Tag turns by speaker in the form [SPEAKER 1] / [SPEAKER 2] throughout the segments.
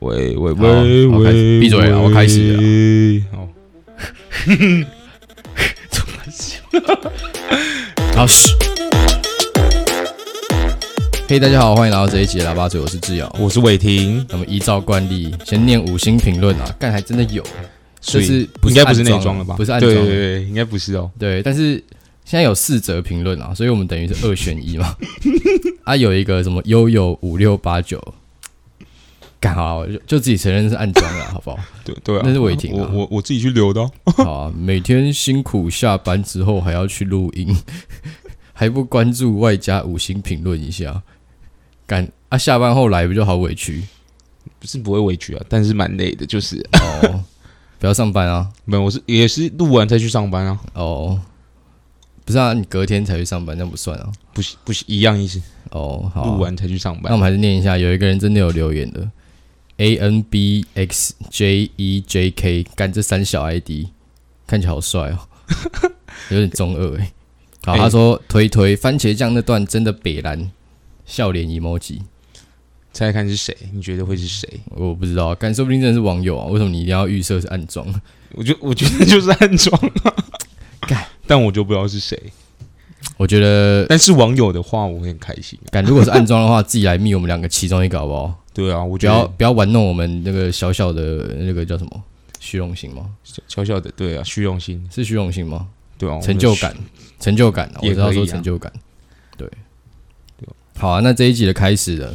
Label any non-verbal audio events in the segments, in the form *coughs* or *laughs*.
[SPEAKER 1] 喂喂
[SPEAKER 2] 好
[SPEAKER 1] 喂
[SPEAKER 2] 好开始
[SPEAKER 1] 喂，
[SPEAKER 2] 闭嘴啊我开始了
[SPEAKER 1] 了。哦，
[SPEAKER 2] 好，嘘。嘿、大家好，欢迎来到这一集的喇叭嘴，我是志尧。
[SPEAKER 1] 我是伟霆，
[SPEAKER 2] 那么依照惯例，先念五星评论啊，干还真的有，
[SPEAKER 1] 所
[SPEAKER 2] 这
[SPEAKER 1] 以
[SPEAKER 2] 次不
[SPEAKER 1] 应
[SPEAKER 2] 是
[SPEAKER 1] 该不是
[SPEAKER 2] 暗装
[SPEAKER 1] 内装了吧？
[SPEAKER 2] 不是暗
[SPEAKER 1] 对
[SPEAKER 2] 装
[SPEAKER 1] 对对，应该不是哦。
[SPEAKER 2] 对，但是现在有四则评论啊，所以我们等于是二选一
[SPEAKER 1] *laughs*
[SPEAKER 2] 嘛。啊，有一个什么悠悠五六八九，干好啊，我就就自己承认是暗装了，好不好？
[SPEAKER 1] 对对啊，
[SPEAKER 2] 那是伟霆
[SPEAKER 1] 我
[SPEAKER 2] 啊
[SPEAKER 1] 我我自己去留的哦。
[SPEAKER 2] 好啊，每天辛苦下班之后还要去录音， *laughs* 还不关注外加五星评论一下，干啊！下班后来不就好委屈
[SPEAKER 1] 不是不会委屈啊，但是蛮累的，就是
[SPEAKER 2] 哦？ *laughs* 不要上班啊！
[SPEAKER 1] *laughs* 没有，我是也是录完才去上班啊，
[SPEAKER 2] 哦，不是啊，你隔天才去上班，那不算啊。
[SPEAKER 1] 不是不是一样意思，
[SPEAKER 2] 哦，好啊、
[SPEAKER 1] 录完才去上
[SPEAKER 2] 那我
[SPEAKER 1] 班。
[SPEAKER 2] 们还是念一下，有一个人真的有留言的，A N B X J E J K，干这三小 ID，看起来好
[SPEAKER 1] *laughs*
[SPEAKER 2] 帅哦，有点中二哎、好，
[SPEAKER 1] 哎
[SPEAKER 2] 他说推推番茄酱那段真的北蓝，笑脸 emoji，
[SPEAKER 1] 猜猜看是谁？你觉得会是谁？
[SPEAKER 2] 我不知道，啊干说不定真的是网友啊，为什么你一定要预设是暗装？
[SPEAKER 1] 我觉我觉得就是暗装啊
[SPEAKER 2] *laughs* 干，
[SPEAKER 1] 但我就不知道是谁。
[SPEAKER 2] 我觉得，
[SPEAKER 1] 但是网友的话，我会很开心啊。
[SPEAKER 2] 干如果是暗装的话，自己来密我们两个其中一个好不好？
[SPEAKER 1] 对啊， *laughs* 我
[SPEAKER 2] 不
[SPEAKER 1] 觉
[SPEAKER 2] 要
[SPEAKER 1] 得
[SPEAKER 2] 不要玩弄我们那个小小的那个叫什么虚荣心吗？
[SPEAKER 1] 小小的，对啊，虚荣心，
[SPEAKER 2] 是虚荣心吗？
[SPEAKER 1] 对啊，
[SPEAKER 2] 成就感，成就感、啊，我
[SPEAKER 1] 也
[SPEAKER 2] 知道
[SPEAKER 1] 可以
[SPEAKER 2] 说
[SPEAKER 1] 啊
[SPEAKER 2] 成就感，对，好啊，那这一集的开始了，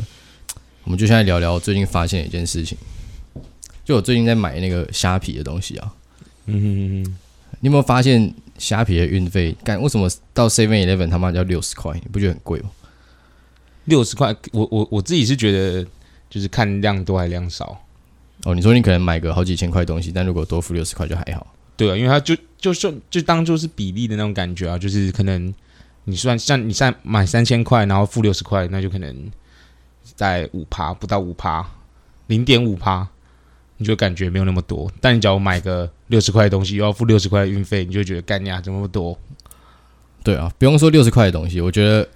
[SPEAKER 2] 我们就现在聊聊最近发现的一件事情，就我最近在买那个虾皮的东西啊，
[SPEAKER 1] 嗯，嗯嗯，
[SPEAKER 2] 你有没有发现虾皮的运费？干为什么到 Seven Eleven 他妈要六十块？你不觉得很贵吗？
[SPEAKER 1] 六十块，我我我自己是觉得就是看量多还量少，
[SPEAKER 2] 哦，你说你可能买个好几千块东西，但如果多付六十块就还好。
[SPEAKER 1] 对啊，因为它就就算就当做是比例的那种感觉啊，就是可能你算像你算买三千块，然后付六十块，那就可能在五趴不到五趴，零点五趴。你就感觉没有那么多，但你假如买个六十块的东西，又要付六十块的运费，你就觉得干呀，怎么那么多？
[SPEAKER 2] 对啊，不用说六十块的东西，我觉得，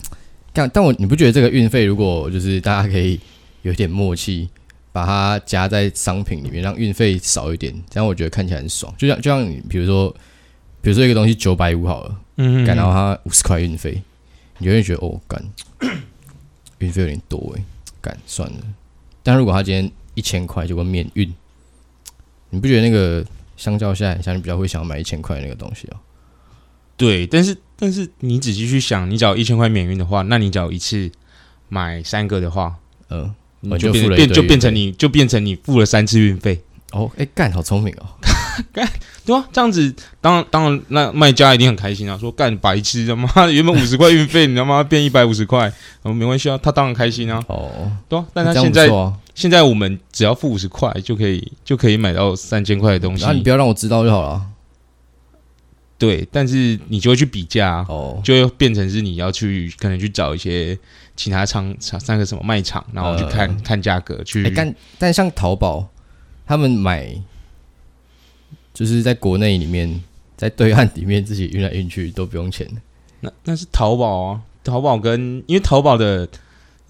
[SPEAKER 2] 但但我你不觉得这个运费如果就是大家可以有一点默契，把它加在商品里面，让运费少一点，这样我觉得看起来很爽。就像就像你比如说，比如说一个东西九百五好了，
[SPEAKER 1] 嗯
[SPEAKER 2] 干到它五十块运费，你就会觉得哦，干 *coughs* 运费有点多哎，干算了。但如果他今天一千块就果免运，你不觉得那个相较下来，像你比较会想要买一千块的那个东西哦、
[SPEAKER 1] 对，但是但是你仔细去想，你只要一千块免运的话，那你只要一次买三个的话，
[SPEAKER 2] 嗯，
[SPEAKER 1] 你
[SPEAKER 2] 哦
[SPEAKER 1] 就
[SPEAKER 2] 就
[SPEAKER 1] 变
[SPEAKER 2] 付了一
[SPEAKER 1] 变
[SPEAKER 2] 堆
[SPEAKER 1] 就
[SPEAKER 2] 运
[SPEAKER 1] 变成
[SPEAKER 2] 费
[SPEAKER 1] 你就变成你付了三次运费，
[SPEAKER 2] 哦，哎、干好聪明哦。
[SPEAKER 1] 对啊，这样子当然当然那卖家一定很开心啊，说干白痴他妈的原本五十块运费，你他妈变一百五十块，然后没关系啊，他当然开心啊，
[SPEAKER 2] 哦，
[SPEAKER 1] 对啊，但他
[SPEAKER 2] 这样
[SPEAKER 1] 现
[SPEAKER 2] 不
[SPEAKER 1] 在
[SPEAKER 2] 错啊
[SPEAKER 1] 现在我们只要付五十块就可以就可以买到三千块的东西
[SPEAKER 2] 啊然后，你不要让我知道就好了。
[SPEAKER 1] 对，但是你就会去比价啊，
[SPEAKER 2] 哦，
[SPEAKER 1] 就会变成是你要去可能去找一些其他商商那个什么卖场，然后去看、看价格去。
[SPEAKER 2] 呃哎、但但像淘宝，他们买就是在国内里面，在对岸里面自己运来运去都不用钱。
[SPEAKER 1] 那那是淘宝啊，淘宝跟因为淘宝的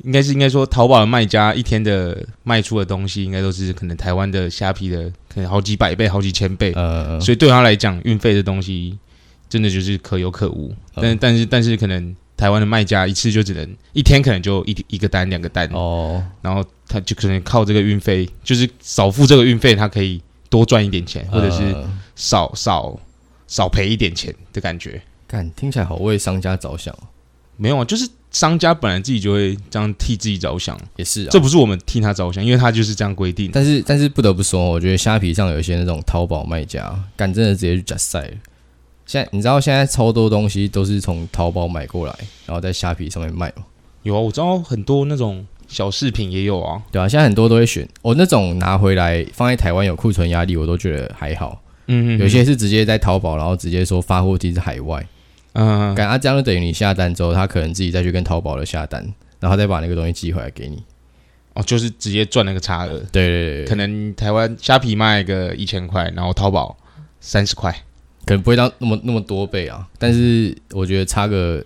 [SPEAKER 1] 应该是应该说淘宝的卖家一天的卖出的东西，应该都是可能台湾的虾皮的可能好几百倍、好几千倍，
[SPEAKER 2] 呃，
[SPEAKER 1] 所以对他来讲，运费的东西真的就是可有可无。
[SPEAKER 2] 嗯
[SPEAKER 1] 但但是但是可能。台湾的卖家一次就只能一天，可能就一一个单、两个单，
[SPEAKER 2] 哦，
[SPEAKER 1] 然后他就可能靠这个运费，就是少付这个运费，他可以多赚一点钱，或者是
[SPEAKER 2] 呃
[SPEAKER 1] 少少少赔一点钱的感觉。
[SPEAKER 2] 干、听起来好为商家着想哦，
[SPEAKER 1] 没有啊，就是商家本来自己就会这样替自己着想，
[SPEAKER 2] 也是啊。
[SPEAKER 1] 这不是我们替他着想，因为他就是这样规定。
[SPEAKER 2] 但是但是不得不说，我觉得虾皮上有一些那种淘宝卖家，干真的直接去假赛了。现在你知道现在超多东西都是从淘宝买过来，然后在虾皮上面卖嘛。
[SPEAKER 1] 有啊，我知道很多那种小饰品也有啊，
[SPEAKER 2] 对啊，现在很多都会选我、那种拿回来放在台湾有库存压力，我都觉得还好。
[SPEAKER 1] 嗯
[SPEAKER 2] 有些是直接在淘宝，然后直接说发货地是海外，
[SPEAKER 1] 嗯、
[SPEAKER 2] 感、啊、这样就等于你下单之后，他可能自己再去跟淘宝的下单，然后再把那个东西寄回来给你。
[SPEAKER 1] 哦，就是直接赚那个差额，
[SPEAKER 2] 对对对对，
[SPEAKER 1] 可能台湾虾皮卖个一千块，然后淘宝三十块，
[SPEAKER 2] 可能不会到那么那么多倍啊，但是我觉得差个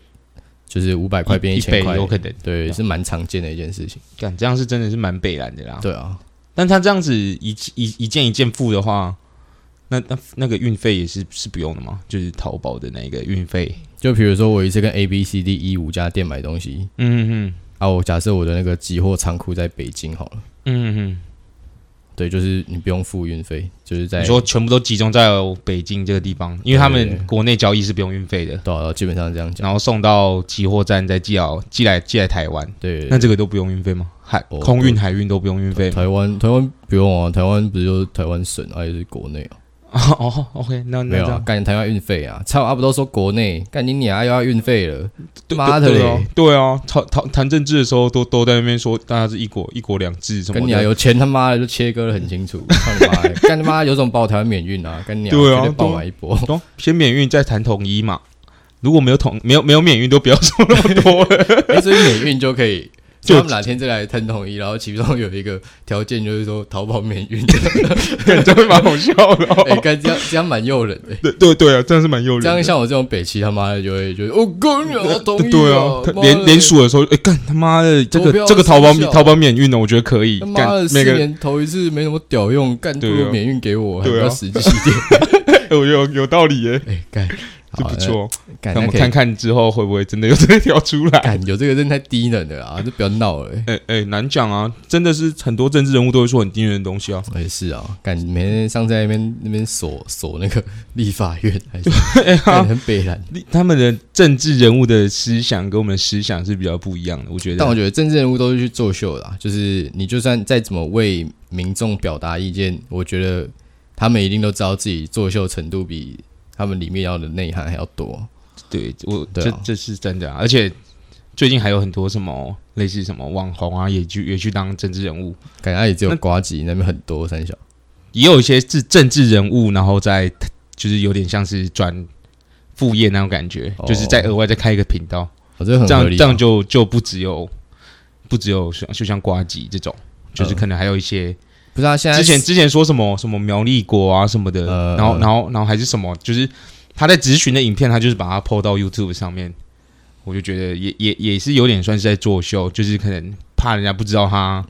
[SPEAKER 2] 就是五百块变
[SPEAKER 1] 一
[SPEAKER 2] 千
[SPEAKER 1] 倍
[SPEAKER 2] 块
[SPEAKER 1] 有，可能。啊
[SPEAKER 2] 对，是蛮常见的一件事情。
[SPEAKER 1] 干这样是真的是蛮北蓝的啦。
[SPEAKER 2] 对啊，
[SPEAKER 1] 但他这样子一一一件一件付的话，那那那个运费也是是不用的嘛，就是淘宝的那个运费。
[SPEAKER 2] 就比如说我一次跟 A、B、C、D、E 五家店买东西
[SPEAKER 1] 嗯嗯
[SPEAKER 2] 啊，我假设我的那个集货仓库在北京好了，
[SPEAKER 1] 嗯嗯，
[SPEAKER 2] 对，就是你不用付运费，就是在
[SPEAKER 1] 你说全部都集中在北京这个地方，因为他
[SPEAKER 2] 对对
[SPEAKER 1] 们
[SPEAKER 2] 对
[SPEAKER 1] 国内交易是不用运费的，
[SPEAKER 2] 对、啊，基本上这样讲，
[SPEAKER 1] 然后送到集货站再寄到寄来寄来台湾，
[SPEAKER 2] 对，
[SPEAKER 1] 那这个都不用运费吗？海
[SPEAKER 2] 哦
[SPEAKER 1] 空运、海运都不用运费吗？
[SPEAKER 2] 台湾台湾不用啊，台湾不是就是台湾省啊，也是国内啊，
[SPEAKER 1] *laughs* 哦，OK，那
[SPEAKER 2] 没
[SPEAKER 1] 那
[SPEAKER 2] 有
[SPEAKER 1] 这
[SPEAKER 2] 啊
[SPEAKER 1] 样，
[SPEAKER 2] 干台湾运费啊，操啊不都说国内，干你娘又要运费了，
[SPEAKER 1] 对
[SPEAKER 2] 妈的
[SPEAKER 1] 对
[SPEAKER 2] 嘞
[SPEAKER 1] 对啊对啊，谈谈谈政治的时候都都在那边说大家是一国一国两制什么
[SPEAKER 2] 跟你
[SPEAKER 1] 的
[SPEAKER 2] 啊，有钱他妈的就切割的很
[SPEAKER 1] *laughs*
[SPEAKER 2] 清楚，操你妈的，干他妈有种把我台湾免运啊，跟你
[SPEAKER 1] 对啊
[SPEAKER 2] 绝对爆
[SPEAKER 1] 对啊
[SPEAKER 2] 买一波， *laughs*
[SPEAKER 1] 懂先免运再谈统一嘛。如果没有统没有没有免运，都不要说那么多
[SPEAKER 2] *laughs*
[SPEAKER 1] 了。 *laughs*
[SPEAKER 2] 哎，所以免运就可以。
[SPEAKER 1] 就
[SPEAKER 2] 就他们哪天再来谈统一，然后其中有一个条件就是说淘宝免
[SPEAKER 1] *laughs*
[SPEAKER 2] 运，
[SPEAKER 1] 感觉会蛮好笑的、哦
[SPEAKER 2] 哎、干这样这样蛮诱人的、
[SPEAKER 1] 对对对啊，这样是蛮诱人
[SPEAKER 2] 这样
[SPEAKER 1] 的。
[SPEAKER 2] 像我这种北齐他妈的就会觉得，哦，干你啊，同意
[SPEAKER 1] 对啊，他
[SPEAKER 2] 妈的
[SPEAKER 1] 连连署的时候，哎、干他妈的，这
[SPEAKER 2] 投票
[SPEAKER 1] 个这个淘宝
[SPEAKER 2] 生效
[SPEAKER 1] 淘宝免运呢，我觉得可以
[SPEAKER 2] 他。妈
[SPEAKER 1] 干
[SPEAKER 2] 的，
[SPEAKER 1] 那
[SPEAKER 2] 四
[SPEAKER 1] 个，
[SPEAKER 2] 年头一次没什么屌用，干不
[SPEAKER 1] 对啊
[SPEAKER 2] 如免运给我，还比
[SPEAKER 1] 对啊
[SPEAKER 2] 较实际一点。
[SPEAKER 1] 我觉 *laughs* 得有有道理耶，
[SPEAKER 2] *laughs* 哎，干，
[SPEAKER 1] *laughs* 这
[SPEAKER 2] 好
[SPEAKER 1] 不，错。
[SPEAKER 2] 那
[SPEAKER 1] 那
[SPEAKER 2] 干，
[SPEAKER 1] 我
[SPEAKER 2] 那
[SPEAKER 1] 们
[SPEAKER 2] 可以
[SPEAKER 1] 看看之后会不会真的有 *laughs* 这一条出来？
[SPEAKER 2] 干有这个真的太低能了啊，就不要闹了。
[SPEAKER 1] 哎哎，难讲啊，真的是很多政治人物都会说很惊人的东
[SPEAKER 2] *laughs*
[SPEAKER 1] 西啊。
[SPEAKER 2] 也是啊，干每天上次在那边那边锁锁那个立法院，还
[SPEAKER 1] 啊
[SPEAKER 2] 是干很北蓝。
[SPEAKER 1] 哎他们的政治人物的思想跟我们的思想是比较不一样的，我觉得。
[SPEAKER 2] 但我觉得政治人物都是去作秀的、啊，就是你就算再怎么为民众表达意见，我觉得他们一定都知道自己作秀程度比他们里面要的内涵还要多。
[SPEAKER 1] 对我
[SPEAKER 2] 对
[SPEAKER 1] 这
[SPEAKER 2] 啊
[SPEAKER 1] 这是真的、啊，而且最近还有很多什么类似什么网红啊，也去也去当政治人物，
[SPEAKER 2] 感觉也只有
[SPEAKER 1] 那
[SPEAKER 2] 瓜吉那边很多三小，
[SPEAKER 1] 也有一些是政治人物，然后再就是有点像是转副业那种感觉，
[SPEAKER 2] 哦
[SPEAKER 1] 就是再额外再开一个频道，
[SPEAKER 2] 我、这个很
[SPEAKER 1] 这
[SPEAKER 2] 合
[SPEAKER 1] 样
[SPEAKER 2] 理啊、
[SPEAKER 1] 这样就就不只有不只有像就像瓜吉这种，就是可能还有一些、
[SPEAKER 2] 不是啊，现在
[SPEAKER 1] 之前之前说什么什么苗栗国啊什么的，
[SPEAKER 2] 呃
[SPEAKER 1] 然后
[SPEAKER 2] 呃
[SPEAKER 1] 然后然后还是什么，就是他在咨询的影片，他就是把它 PO 到 YouTube 上面，我就觉得也也也是有点算是在作秀，就是可能怕人家不知道他，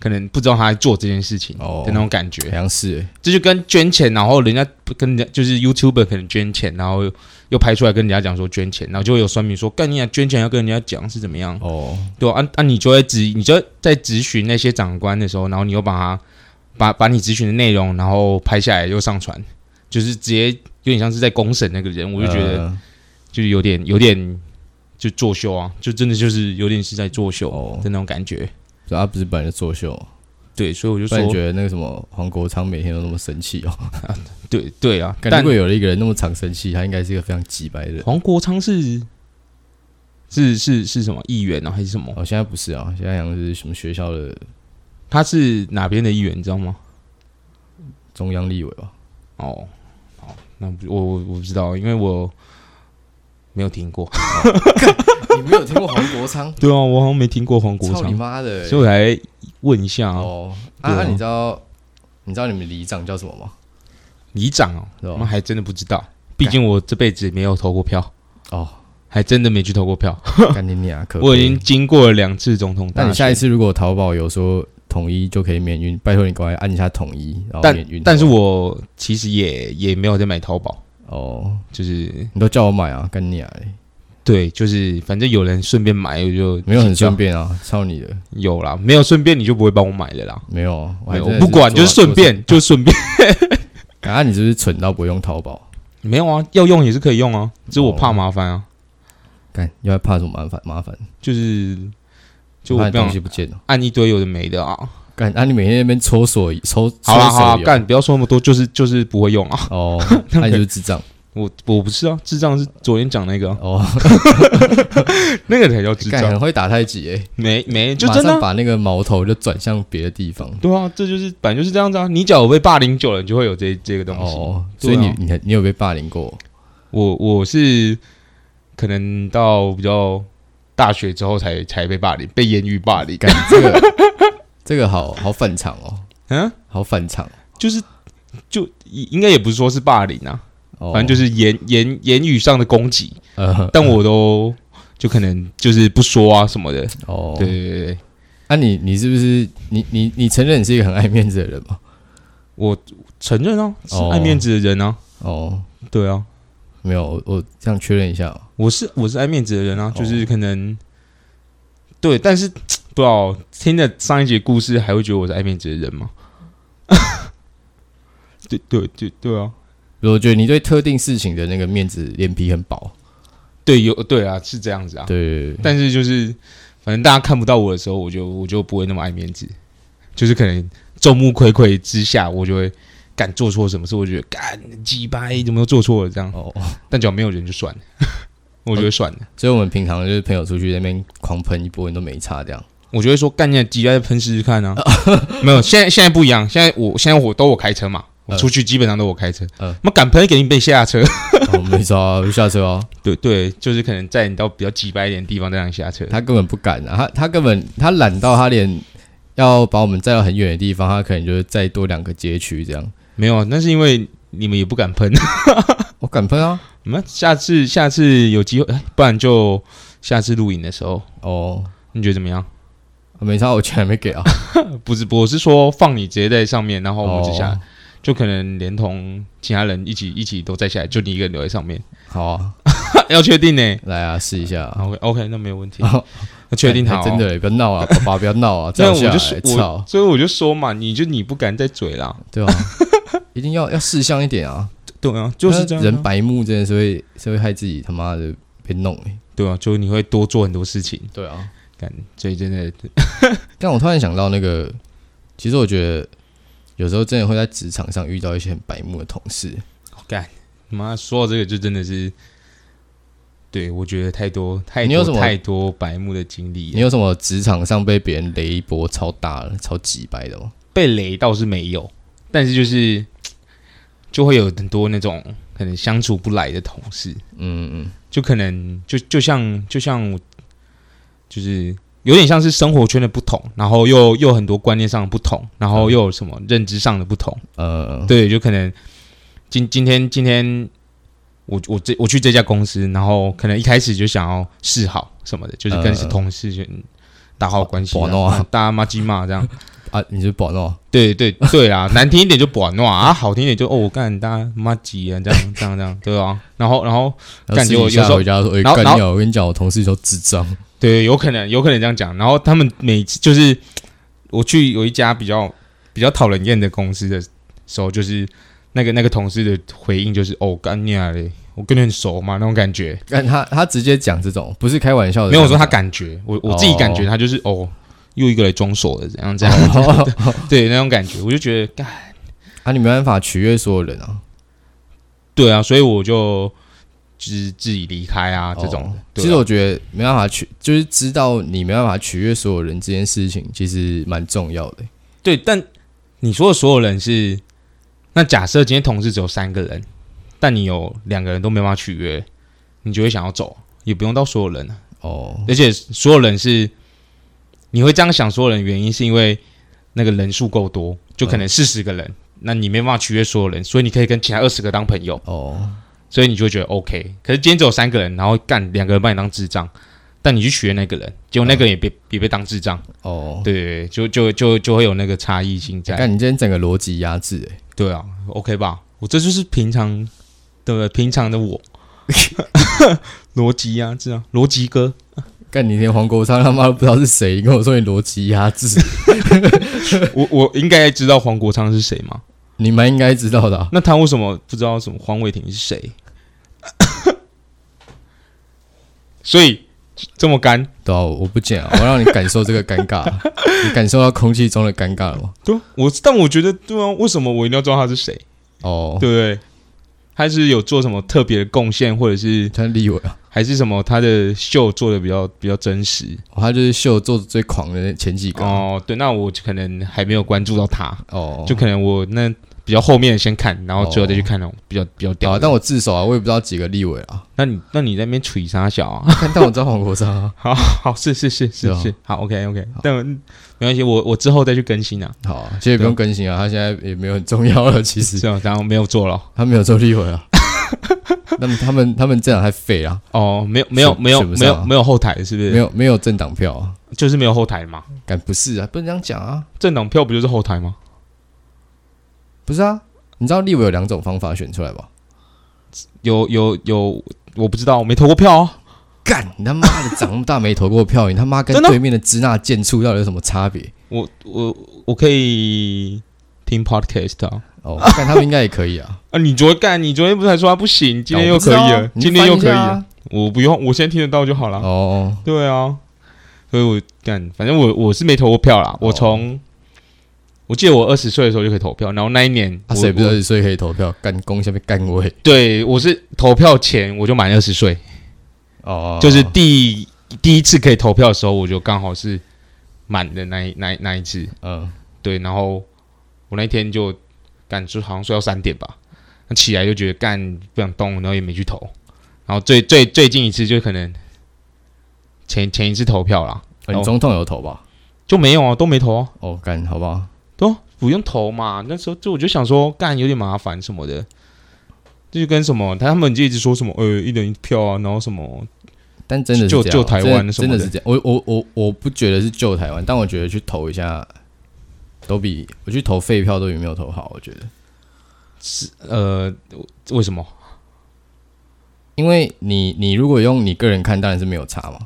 [SPEAKER 1] 可能不知道他在做这件事情的
[SPEAKER 2] 哦
[SPEAKER 1] 那种感觉，
[SPEAKER 2] 好像是、欸，
[SPEAKER 1] 这就跟捐钱，然后人家不跟人家就是 YouTuber 可能捐钱，然后又拍出来跟人家讲说捐钱，然后就会有酸民说干你啊捐钱要跟人家讲是怎么样，
[SPEAKER 2] 哦，
[SPEAKER 1] 对啊，啊啊你就会咨，你就在咨询那些长官的时候，然后你又把他把把你咨询的内容，然后拍下来又上传，就是直接有点像是在公审那个人，我就觉得
[SPEAKER 2] 呃
[SPEAKER 1] 就是有点有点就作秀啊，就真的就是有点是在作秀
[SPEAKER 2] 哦
[SPEAKER 1] 的那种感觉。
[SPEAKER 2] 对啊他不是本来就作秀，
[SPEAKER 1] 对，所以我就
[SPEAKER 2] 不然你
[SPEAKER 1] 说，
[SPEAKER 2] 觉得那个什么黄国昌每天都那么生气哦？ *laughs*
[SPEAKER 1] 对对啊，
[SPEAKER 2] 感觉如
[SPEAKER 1] 但
[SPEAKER 2] 果有了一个人那么常生气，他应该是一个非常急白的人。
[SPEAKER 1] 黄国昌是是是是什么议员啊，还是什么？
[SPEAKER 2] 哦，现在不是啊，现在好像是什么学校的
[SPEAKER 1] 他是哪边的议员，你知道吗？
[SPEAKER 2] 中央立委吧？
[SPEAKER 1] 哦，好，那不我我我不知道，因为我没有听过。 *laughs*
[SPEAKER 2] 你没有听过黄国昌？
[SPEAKER 1] 对啊，我好像没听过黄国
[SPEAKER 2] 操你
[SPEAKER 1] 昌，
[SPEAKER 2] 妈的欸！
[SPEAKER 1] 所以我来问一下啊，
[SPEAKER 2] 哦，
[SPEAKER 1] 对
[SPEAKER 2] 啊，
[SPEAKER 1] 啊
[SPEAKER 2] 啊你知道你知道你们里长叫什么吗？
[SPEAKER 1] 里长哦，
[SPEAKER 2] 是吧
[SPEAKER 1] 我们还真的不知道，毕竟我这辈子没有投过票， *laughs*
[SPEAKER 2] 哦，
[SPEAKER 1] 还真的没去投过票。
[SPEAKER 2] 干你娘！可
[SPEAKER 1] 我已
[SPEAKER 2] 悲
[SPEAKER 1] 经经过了两次总统
[SPEAKER 2] 那
[SPEAKER 1] 大
[SPEAKER 2] 你下
[SPEAKER 1] 选，
[SPEAKER 2] 一次如果淘宝有说统一就可以免运，拜托你赶快按一下统一，然后免运
[SPEAKER 1] 但。但是我其实也也没有在买淘宝，
[SPEAKER 2] 哦，
[SPEAKER 1] 就是
[SPEAKER 2] 你都叫我买啊，干你啊嘞！
[SPEAKER 1] 对，就是反正有人顺便买，我就
[SPEAKER 2] 没有很顺
[SPEAKER 1] 便，
[SPEAKER 2] 便啊，操你的，
[SPEAKER 1] 有啦，没有顺便你就不会帮我买了啦。
[SPEAKER 2] 没有啊，我
[SPEAKER 1] 没
[SPEAKER 2] 还
[SPEAKER 1] 有
[SPEAKER 2] 真
[SPEAKER 1] 我
[SPEAKER 2] 的
[SPEAKER 1] 不管，
[SPEAKER 2] 做
[SPEAKER 1] 就
[SPEAKER 2] 到
[SPEAKER 1] 是顺。便，就是顺便。 *laughs*
[SPEAKER 2] 做到啊，你是不是蠢到不用淘宝？
[SPEAKER 1] 没有啊，要用也是可以用啊，只是我
[SPEAKER 2] 哦
[SPEAKER 1] 怕麻烦啊，
[SPEAKER 2] 干，要怕什么麻烦？麻烦，
[SPEAKER 1] 就是就
[SPEAKER 2] 怕
[SPEAKER 1] 我
[SPEAKER 2] 你
[SPEAKER 1] 不
[SPEAKER 2] 东
[SPEAKER 1] 想
[SPEAKER 2] 西不见了。
[SPEAKER 1] 按一堆有的没的啊。
[SPEAKER 2] 干，啊，你每天在那边抽锁抽抽
[SPEAKER 1] 好啦好
[SPEAKER 2] 手
[SPEAKER 1] 啦，
[SPEAKER 2] 游
[SPEAKER 1] 干不要说那么多，就是就是不会用啊。
[SPEAKER 2] 哦，那你就是智障
[SPEAKER 1] 我我不是啊，智障是昨天讲那个啊、 *laughs*
[SPEAKER 2] 哦，
[SPEAKER 1] 那个才叫智
[SPEAKER 2] 干
[SPEAKER 1] 障，
[SPEAKER 2] 很会打太极欸诶，
[SPEAKER 1] 没没就
[SPEAKER 2] 马
[SPEAKER 1] 真的
[SPEAKER 2] 上
[SPEAKER 1] 啊、
[SPEAKER 2] 把那个矛头就转向别的地方。
[SPEAKER 1] 对啊，这就是本来就是这样子啊。你只要有被霸凌久了，你就会有这这个东西。
[SPEAKER 2] 哦，所
[SPEAKER 1] 对
[SPEAKER 2] 以
[SPEAKER 1] 啊
[SPEAKER 2] 你你你有被霸凌过？
[SPEAKER 1] 我我是可能到比较大学之后才才被霸凌，被言语霸凌。
[SPEAKER 2] 干这个这个好好反常哦，
[SPEAKER 1] 嗯，
[SPEAKER 2] 好反常
[SPEAKER 1] 就是就应该也不是说是霸凌啊，
[SPEAKER 2] 哦，
[SPEAKER 1] 反正就是言言言语上的攻击，
[SPEAKER 2] 呃
[SPEAKER 1] 但我都就可能就是不说啊什么的。
[SPEAKER 2] 哦
[SPEAKER 1] 对对对对，
[SPEAKER 2] 啊你，你是不是你你你承认你是一个很爱面子的人吗？
[SPEAKER 1] 我承认啊，是
[SPEAKER 2] 哦
[SPEAKER 1] 爱面子的人啊，
[SPEAKER 2] 哦，
[SPEAKER 1] 对啊，
[SPEAKER 2] 没有，我我这样确认一下哦、
[SPEAKER 1] 我是我是爱面子的人啊，
[SPEAKER 2] 哦
[SPEAKER 1] 就是可能、对，但是不知道听了上一节故事，还会觉得我是爱面子的人吗？ *laughs* 对对对对啊，
[SPEAKER 2] 比如我觉得你对特定事情的那个面子脸皮很薄，
[SPEAKER 1] 对有对啊，是这样子啊。
[SPEAKER 2] 对，
[SPEAKER 1] 但是就是反正大家看不到我的时候，我就我就不会那么爱面子，就是可能众目睽睽之下，我就会敢做错什么事，我就觉得干鸡掰，怎么都做错了这样。
[SPEAKER 2] 哦，
[SPEAKER 1] 但只要没有人就算了， *laughs* 我就会算了。
[SPEAKER 2] 所以我们平常就是朋友出去那边狂喷一波，你都没差这样。
[SPEAKER 1] 我就会说干你的鸡，再喷试试看啊！没有，现在现在不一样，现在我现在我都我开车嘛，我出去基本上都我开车。
[SPEAKER 2] 嗯
[SPEAKER 1] 嗯，那敢喷肯定被下车。 *laughs*
[SPEAKER 2] 哦，没差、啊，我就下车啊。
[SPEAKER 1] 对对，就是可能在你到比较鸡掰一点的地方再让你下车。
[SPEAKER 2] 他根本不敢啊，他他根本他懒到他连要把我们载到很远的地方，他可能就是再多两个街区这样。
[SPEAKER 1] 没有，啊，那是因为你们也不敢喷。
[SPEAKER 2] 我敢喷啊！
[SPEAKER 1] 我们下次下次有机会，哎不然就下次录影的时候，
[SPEAKER 2] 哦，
[SPEAKER 1] 你觉得怎么样？
[SPEAKER 2] 没差，我钱还没给啊。
[SPEAKER 1] *laughs* 不是，我是说放你直接在上面，然后我们只下，
[SPEAKER 2] 哦
[SPEAKER 1] 就可能连同其他人一起一起都摘下来，就你一个人留在上面。 *laughs*
[SPEAKER 2] 好啊，
[SPEAKER 1] 要确定呢
[SPEAKER 2] 来啊，试一下啊。
[SPEAKER 1] ？OK OK，那没有问题。
[SPEAKER 2] 哦
[SPEAKER 1] 要确定好、
[SPEAKER 2] 真。的不要闹啊，爸爸不要闹
[SPEAKER 1] *laughs*
[SPEAKER 2] 啊，这
[SPEAKER 1] 那
[SPEAKER 2] 样
[SPEAKER 1] 我
[SPEAKER 2] 下
[SPEAKER 1] 就
[SPEAKER 2] 来
[SPEAKER 1] 说，我
[SPEAKER 2] 操，
[SPEAKER 1] 所以我就说嘛，你就你不敢再嘴啦， *laughs*
[SPEAKER 2] 对吧、啊一定要要事项一点啊，
[SPEAKER 1] 对啊，就是这样啊、
[SPEAKER 2] 人白目真的是会是会害自己他妈的被弄欸
[SPEAKER 1] 对啊，就是你会多做很多事情，
[SPEAKER 2] 对啊，
[SPEAKER 1] 干，所以真的
[SPEAKER 2] 但我突然想到那个，其实我觉得有时候真的会在职场上遇到一些很白目的同事，
[SPEAKER 1] 妈说到这个就真的是，对我觉得太多太
[SPEAKER 2] 你有什
[SPEAKER 1] 多
[SPEAKER 2] 么
[SPEAKER 1] 太多白目的经历了
[SPEAKER 2] 你有什么职场上被别人雷一波超大了、超级白的吗？
[SPEAKER 1] 被雷倒是没有，但是就是就会有很多那种可能相处不来的同事，
[SPEAKER 2] 嗯嗯，
[SPEAKER 1] 就可能就就像就像我就是有点像是生活圈的不同，然后又又很多观念上的不同，然后又有什么认知上的不同，
[SPEAKER 2] 呃，
[SPEAKER 1] 对，就可能今今天今天。我我这我去这家公司，然后可能一开始就想要示好什么的，就是跟
[SPEAKER 2] 嗯嗯
[SPEAKER 1] 同事就打好关系啊
[SPEAKER 2] 玩弄啊，
[SPEAKER 1] 大家骂鸡骂这样，
[SPEAKER 2] 啊，你是不好闹，
[SPEAKER 1] 对对对啦，难听一点就不玩弄啊，好听一点就哦，我干大家妈鸡啊，这样这样这样，对啊，然后然后
[SPEAKER 2] 然后
[SPEAKER 1] 干
[SPEAKER 2] 私底
[SPEAKER 1] 有有
[SPEAKER 2] 下
[SPEAKER 1] 时候
[SPEAKER 2] 回家说，哎、
[SPEAKER 1] 然后然
[SPEAKER 2] 干
[SPEAKER 1] 后
[SPEAKER 2] 掉！我跟你讲，我同事都智障， *laughs*
[SPEAKER 1] 对，有可能有可能这样讲，然后他们每次就是我去有一家比较比较讨人厌的公司的时候，就是那个那个同事的回应就是哦干你啊嘞，我跟你很熟嘛那种感觉，
[SPEAKER 2] 但他他直接讲这种，不是开玩笑的，
[SPEAKER 1] 没有我说他
[SPEAKER 2] 敢，
[SPEAKER 1] 感觉，我我自己感觉他就是哦又一个来装熟的这样这样，
[SPEAKER 2] 哦
[SPEAKER 1] 对那种感觉，我就觉得干。
[SPEAKER 2] *laughs* 啊，你没办法取悦所有人啊，
[SPEAKER 1] 对啊，所以我就自自己离开啊，这种。
[SPEAKER 2] 哦
[SPEAKER 1] 对啊
[SPEAKER 2] 其实我觉得没办法取，就是知道你没办法取悦所有人这件事情，其实蛮重要的。
[SPEAKER 1] 对，但你说的所有人是，那假设今天同事只有三个人，但你有两个人都没办法取悦，你就会想要走，也不用到所有人啊，
[SPEAKER 2] 哦，
[SPEAKER 1] 而且所有人是，你会这样想所有人，原因是因为那个人数够多，就可能四十个人。那你没办法取悦所有人，所以你可以跟其他二十个当朋友，
[SPEAKER 2] 哦，
[SPEAKER 1] 所以你就会觉得 OK。可是今天只有三个人，然后干两个人把你当智障，但你去取悦那个人，结果那个人也被、也被当智障，
[SPEAKER 2] 哦，
[SPEAKER 1] 对对，对就就就就会有那个差异性在。
[SPEAKER 2] 看你今天整个逻辑压制、欸，
[SPEAKER 1] 对啊，OK 吧？我这就是平常，对不对？平常的
[SPEAKER 2] *laughs*
[SPEAKER 1] 我，逻辑啊，这样逻辑哥，
[SPEAKER 2] 干你连黄国昌他妈都不知道是谁，你跟我说你逻辑压制， *laughs*
[SPEAKER 1] 我我应该知道黄国昌是谁吗？
[SPEAKER 2] 你们应该知道的啊、
[SPEAKER 1] 那他为什么不知道什么黄伟霆是谁？ *coughs* 所以这么干，
[SPEAKER 2] 对啊，我不讲、啊，我让你感受这个尴
[SPEAKER 1] *laughs*
[SPEAKER 2] 尬，你感受到空气中的尴尬了吗？
[SPEAKER 1] 对啊我，但我觉得对啊，为什么我一定要知道他是谁？
[SPEAKER 2] 哦，
[SPEAKER 1] 对不对？他是有做什么特别的贡献，或者是
[SPEAKER 2] 他立伟啊，
[SPEAKER 1] 还是什么他的秀做的比较比较真实？
[SPEAKER 2] 哦他就是秀做的最狂的那前几个啊，
[SPEAKER 1] 哦，对，那我可能还没有关注到他，
[SPEAKER 2] 哦，
[SPEAKER 1] 就可能我那比较后面先看，然后最后再去看那种比较比较
[SPEAKER 2] 对
[SPEAKER 1] 屌
[SPEAKER 2] 啊
[SPEAKER 1] 的。，
[SPEAKER 2] 但我自首啊，我也不知道几个立伟
[SPEAKER 1] *laughs*
[SPEAKER 2] 啊，
[SPEAKER 1] 那你那你在那边处啥小
[SPEAKER 2] *laughs*
[SPEAKER 1] 啊？
[SPEAKER 2] 但但我知道黄国昌啊，
[SPEAKER 1] 好好是是是
[SPEAKER 2] 对
[SPEAKER 1] 是
[SPEAKER 2] 啊
[SPEAKER 1] 是，好 OK OK，但没关系，我我之后再去更新啊。
[SPEAKER 2] 好啊，其实也不用更新啊，他现在也没有很重要了，其实
[SPEAKER 1] 是啊，然后没有做了。
[SPEAKER 2] 他没有做立
[SPEAKER 1] *laughs*
[SPEAKER 2] 委啊。那么他们他们政党太废啊，
[SPEAKER 1] 哦，没有没有
[SPEAKER 2] 选
[SPEAKER 1] 没有
[SPEAKER 2] 选不
[SPEAKER 1] 没
[SPEAKER 2] 上啊
[SPEAKER 1] 有没有后台是不是？
[SPEAKER 2] 没有没有政党票啊，
[SPEAKER 1] 就是没有后台嘛？
[SPEAKER 2] 敢不是啊，不能这样讲啊，
[SPEAKER 1] 政党票不就是后台吗？
[SPEAKER 2] 不是啊，你知道立委有两种方法选出来吧？
[SPEAKER 1] 有有有，我不知道，我没投过票啊。
[SPEAKER 2] 干，你他妈的长那么大没投过票，你他妈跟
[SPEAKER 1] 真的
[SPEAKER 2] 对面的支那建筑到底有什么差别？
[SPEAKER 1] 我我我可以听 podcast 啊。
[SPEAKER 2] 哦，干他们应该也可以啊，
[SPEAKER 1] 啊，你昨干，你昨天不是还说他不行， *laughs* 今天
[SPEAKER 2] 我
[SPEAKER 1] 又
[SPEAKER 2] 不知
[SPEAKER 1] 可以
[SPEAKER 2] 道啊
[SPEAKER 1] 了，
[SPEAKER 2] 你
[SPEAKER 1] *laughs* 今天
[SPEAKER 2] 翻
[SPEAKER 1] 又
[SPEAKER 2] 一
[SPEAKER 1] 可以
[SPEAKER 2] 下
[SPEAKER 1] 了
[SPEAKER 2] 啊。
[SPEAKER 1] 我不用，我现在听得到就好了。
[SPEAKER 2] 哦，
[SPEAKER 1] 对啊，所以我干，反正我我是没投过票
[SPEAKER 2] 哦
[SPEAKER 1] 啦。我从、我记得我二十岁的时候就可以投票，然后那一年我
[SPEAKER 2] 啊，谁不是二
[SPEAKER 1] 我
[SPEAKER 2] 十岁可以投票？干攻下面干位
[SPEAKER 1] 对我是投票前我就满二十岁，
[SPEAKER 2] 哦，
[SPEAKER 1] 就是第第一次可以投票的时候，我就刚好是满的那一那一那一次。
[SPEAKER 2] 嗯，
[SPEAKER 1] 对，然后我那天就干，就好像睡到三点吧，那起来就觉得干不想动，然后也没去投。然后最最最近一次就可能前前一次投票啦，
[SPEAKER 2] 哦你总统有投吧？
[SPEAKER 1] 就没有啊，都没投啊，
[SPEAKER 2] 哦，干，好吧，
[SPEAKER 1] 都不用投嘛。那时候就我就想说干有点麻烦什么的，这就跟什么他们就一直说什么呃一人一票啊，然后什么
[SPEAKER 2] 但真的是
[SPEAKER 1] 救
[SPEAKER 2] 这样啊
[SPEAKER 1] 救台湾什
[SPEAKER 2] 真
[SPEAKER 1] 么的
[SPEAKER 2] 的真的是这样。我我我我不觉得是救台湾，但我觉得去投一下，都比我去投废票都比没有投好。我觉得，
[SPEAKER 1] 呃为什么？
[SPEAKER 2] 因为你你如果用你个人看，当然是没有差嘛。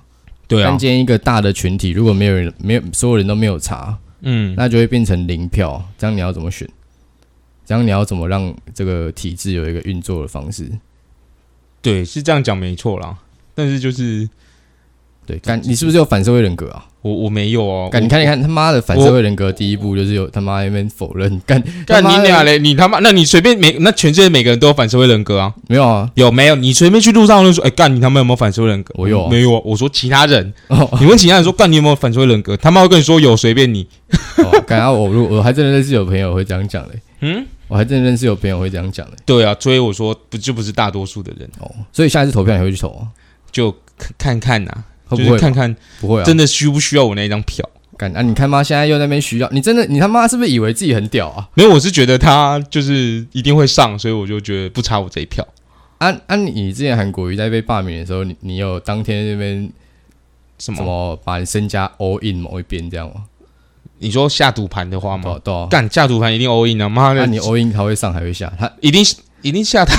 [SPEAKER 1] 对啊
[SPEAKER 2] 但，今天一个大的群体，如果没有人没有所有人都没有差，
[SPEAKER 1] 嗯，
[SPEAKER 2] 那就会变成零票。这样你要怎么选？这样你要怎么让这个体制有一个运作的方式？
[SPEAKER 1] 对，是这样讲没错啦，但是就是
[SPEAKER 2] 对，干你是不是有反社会人格啊？
[SPEAKER 1] 我我没有哦，我
[SPEAKER 2] 干，你看，你看，他妈的反社会人格第一步就是有他妈那边否认， *laughs* 干，
[SPEAKER 1] 干
[SPEAKER 2] 他妈
[SPEAKER 1] 你
[SPEAKER 2] 的
[SPEAKER 1] 俩嘞！你他妈，那你随便每那全世界每个人都有反社会人格啊？
[SPEAKER 2] 没有啊？
[SPEAKER 1] 有没有？你随便去路上就说，哎、干你他妈有没有反社会人格？
[SPEAKER 2] 我有啊
[SPEAKER 1] 没有啊？我说其他人，
[SPEAKER 2] 哦，
[SPEAKER 1] 你问其他人说，干你有没有反社会人格？他妈会跟你说有，随便你。
[SPEAKER 2] 哦干啊！我如我还真的认识有朋友会这样讲的，
[SPEAKER 1] 嗯，
[SPEAKER 2] 我还真的认识有朋友会这样讲的。
[SPEAKER 1] 对啊，所以我说不就不是大多数的人，
[SPEAKER 2] 哦，所以下一次投票你会去投啊？
[SPEAKER 1] 就看看看呐、
[SPEAKER 2] 会
[SPEAKER 1] 就
[SPEAKER 2] 不
[SPEAKER 1] 是
[SPEAKER 2] 会？
[SPEAKER 1] 看看
[SPEAKER 2] 不会啊！
[SPEAKER 1] 真的需不需要我那一张票。
[SPEAKER 2] 干啊！你看妈，现在又在那边需要你，真的你他妈是不是以为自己很屌啊？
[SPEAKER 1] 没有，我是觉得他就是一定会上，所以我就觉得不差我这一票。
[SPEAKER 2] 啊啊！你之前韩国瑜在被罢免的时候，你你有当天那边
[SPEAKER 1] 什么？
[SPEAKER 2] 什么把你身家 all in 某一边这样吗？
[SPEAKER 1] 你说下赌盘的话
[SPEAKER 2] 对啊
[SPEAKER 1] 吗？
[SPEAKER 2] 对啊，
[SPEAKER 1] 干下赌盘一定 all in 啊！妈
[SPEAKER 2] 那
[SPEAKER 1] 的，
[SPEAKER 2] 你 all in 他会上还会下？他
[SPEAKER 1] 一定一定下他。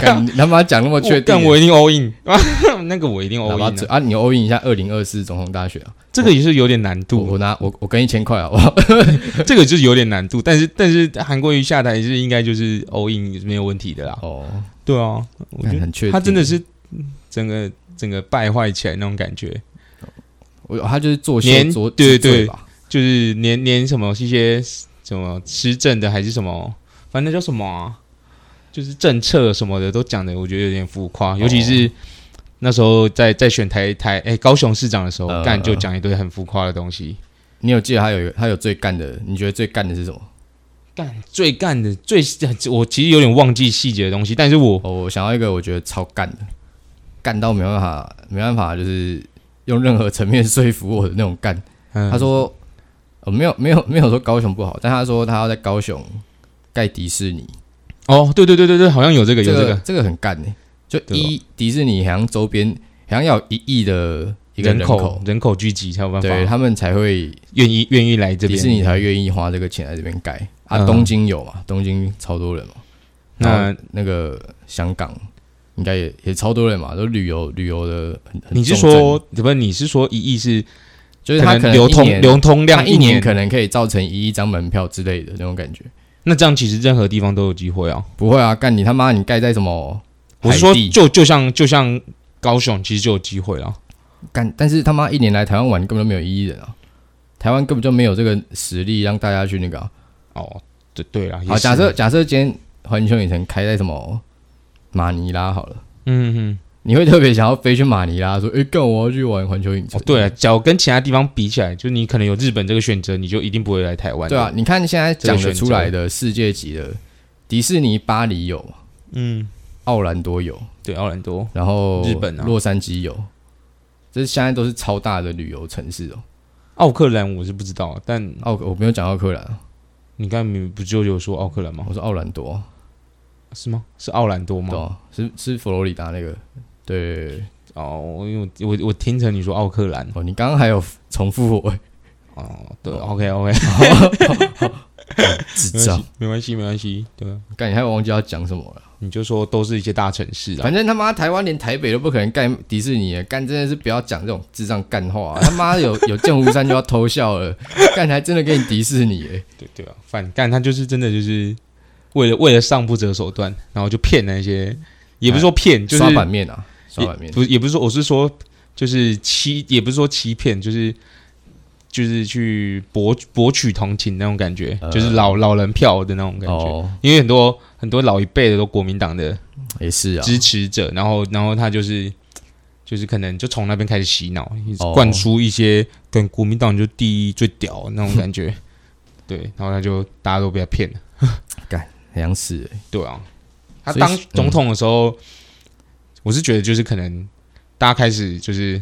[SPEAKER 2] 干你他妈讲那么确
[SPEAKER 1] 啊我
[SPEAKER 2] 定
[SPEAKER 1] 干
[SPEAKER 2] 啊？
[SPEAKER 1] 我一定 all in *laughs* 啊，那个我一定
[SPEAKER 2] 喇
[SPEAKER 1] all
[SPEAKER 2] 叭
[SPEAKER 1] in
[SPEAKER 2] 嘴
[SPEAKER 1] 啊、
[SPEAKER 2] 啊！你 all in 一下二零二四总统大选啊！
[SPEAKER 1] 这个也是有点难
[SPEAKER 2] 我
[SPEAKER 1] 度，
[SPEAKER 2] 我拿我我跟一千块好不好？
[SPEAKER 1] *laughs* 这个就是有点难度，但是但是韩国瑜下台是应该就是 all in 是没有问题的啦。
[SPEAKER 2] *laughs* 哦，
[SPEAKER 1] 对啊，我觉 *laughs*
[SPEAKER 2] 看
[SPEAKER 1] 得
[SPEAKER 2] 很确定，
[SPEAKER 1] 他真的是嗯整个整个败坏起来那种感觉，
[SPEAKER 2] 我他就是作秀
[SPEAKER 1] 年
[SPEAKER 2] 作
[SPEAKER 1] 对
[SPEAKER 2] 作
[SPEAKER 1] 对
[SPEAKER 2] 吧？
[SPEAKER 1] 就是连连什么一些什么施政的还是什么，反正叫什么啊，就是政策什么的都讲的，我觉得有点浮
[SPEAKER 2] 哦
[SPEAKER 1] 夸，尤其是。那时候在在选台台哎、高雄市长的时候，
[SPEAKER 2] 呃
[SPEAKER 1] 干、就讲一堆很浮夸的东西，
[SPEAKER 2] 你有记得他有一个他有最干的？你觉得最干的是什么？
[SPEAKER 1] 干最干的最，我其实有点忘记细节的东西，但是我
[SPEAKER 2] 哦，我想要一个我觉得超干的，干到没办法，没办法，就是用任何层面 *laughs* 说服我的那种干。
[SPEAKER 1] 嗯
[SPEAKER 2] 他说，呃，没有没有没有说高雄不好，但他说他要在高雄盖迪士尼，
[SPEAKER 1] 哦，对对对对对，好像有这个有这
[SPEAKER 2] 这
[SPEAKER 1] 个
[SPEAKER 2] 这个很干呢、就
[SPEAKER 1] 对哦吧
[SPEAKER 2] 一迪士尼好像周边好像要有一亿的一个
[SPEAKER 1] 人
[SPEAKER 2] 人
[SPEAKER 1] 口人口聚集才有办法，
[SPEAKER 2] 对他们才会
[SPEAKER 1] 愿意愿意来这
[SPEAKER 2] 迪
[SPEAKER 1] 边。
[SPEAKER 2] 士尼才会愿意花这个钱来这边盖啊。
[SPEAKER 1] 嗯
[SPEAKER 2] 东京有嘛？东京超多人嘛。那
[SPEAKER 1] 那
[SPEAKER 2] 那个香港应该也也超多人嘛，都旅游旅游的很很
[SPEAKER 1] 你是
[SPEAKER 2] 重镇
[SPEAKER 1] 说不是？你是说一亿是
[SPEAKER 2] 就是它可能
[SPEAKER 1] 流
[SPEAKER 2] 一
[SPEAKER 1] 通
[SPEAKER 2] 年
[SPEAKER 1] 流通
[SPEAKER 2] 它
[SPEAKER 1] 量
[SPEAKER 2] 一
[SPEAKER 1] 年
[SPEAKER 2] 年可能可以造成一亿张门票之类的那种感觉？
[SPEAKER 1] 那这样其实任何地方都有机会啊。
[SPEAKER 2] 不会啊，干你他妈你盖在什么海地？
[SPEAKER 1] 我是说就就像就像高雄其实就有机会啊。
[SPEAKER 2] 干，但是他妈一年来台湾玩根本就没有一亿人啊，台湾根本就没有这个实力让大家去那个啊、
[SPEAKER 1] 哦，对对啦，也
[SPEAKER 2] 好，
[SPEAKER 1] 是
[SPEAKER 2] 假设假设今天环球影城开在什么马尼拉好了。
[SPEAKER 1] 嗯嗯
[SPEAKER 2] 你会特别想要飞去马尼拉，说：“哎、干，我要去玩环球影
[SPEAKER 1] 嗯，
[SPEAKER 2] 城。
[SPEAKER 1] 哦对啊，假如跟其他地方比起来，就你可能有日本这个选择，你就一定不会来台湾。
[SPEAKER 2] 对啊，，你看现在讲得出来的世界级的，迪士尼巴黎有，
[SPEAKER 1] 嗯，
[SPEAKER 2] 奥兰多有，
[SPEAKER 1] 对，奥兰多
[SPEAKER 2] 然后
[SPEAKER 1] 日本啊
[SPEAKER 2] 洛杉矶有，这现在都是超大的旅游城市哦。
[SPEAKER 1] 奥克兰我是不知道，但
[SPEAKER 2] 奥我没有讲奥克兰，
[SPEAKER 1] 你刚才明明不就有说奥克兰吗？
[SPEAKER 2] 我说奥兰多，
[SPEAKER 1] 是吗？是奥兰多
[SPEAKER 2] 对
[SPEAKER 1] 吗？
[SPEAKER 2] 啊，是是佛罗里达那个，对，
[SPEAKER 1] 哦，因为我我我听成你说奥克兰
[SPEAKER 2] 哦，你刚刚还有重复我，
[SPEAKER 1] 哦，对，OK
[SPEAKER 2] *laughs*
[SPEAKER 1] OK，
[SPEAKER 2] 智障！
[SPEAKER 1] *laughs* 没关系没关系，对啊，
[SPEAKER 2] 干，你还有忘记要讲什么了？
[SPEAKER 1] 你就说都是一些大城市啊，
[SPEAKER 2] 反正他妈台湾连台北都不可能盖迪士尼了，干真的是不要讲这种智障干话、啊他妈有有剑湖山就要偷笑了，干还真的给你迪士尼、欸，
[SPEAKER 1] 对对啊，反干他就是真的就是为了为了上不择手段，然后就骗那些，也不是说骗，就是
[SPEAKER 2] 刷版面啊，刷版面
[SPEAKER 1] 也，不是也不是说我是说就是欺，也不是说欺骗，就是就是去博博取同情那种感觉，
[SPEAKER 2] 呃
[SPEAKER 1] 就是老老人票的那种感觉，
[SPEAKER 2] 哦，
[SPEAKER 1] 因为很多很多老一辈的都国民党的
[SPEAKER 2] 也是啊，
[SPEAKER 1] 支持者，然后然后他就是就是可能就从那边开始洗脑，一直
[SPEAKER 2] 哦
[SPEAKER 1] 灌输一些跟国民党就第一最屌那种感
[SPEAKER 2] *laughs*
[SPEAKER 1] 觉，对，然后他就大家都被他骗了，
[SPEAKER 2] 很像是、欸，
[SPEAKER 1] 对啊，他
[SPEAKER 2] 所以
[SPEAKER 1] 当
[SPEAKER 2] 是嗯
[SPEAKER 1] 总统的时候，我是觉得就是可能大家开始就是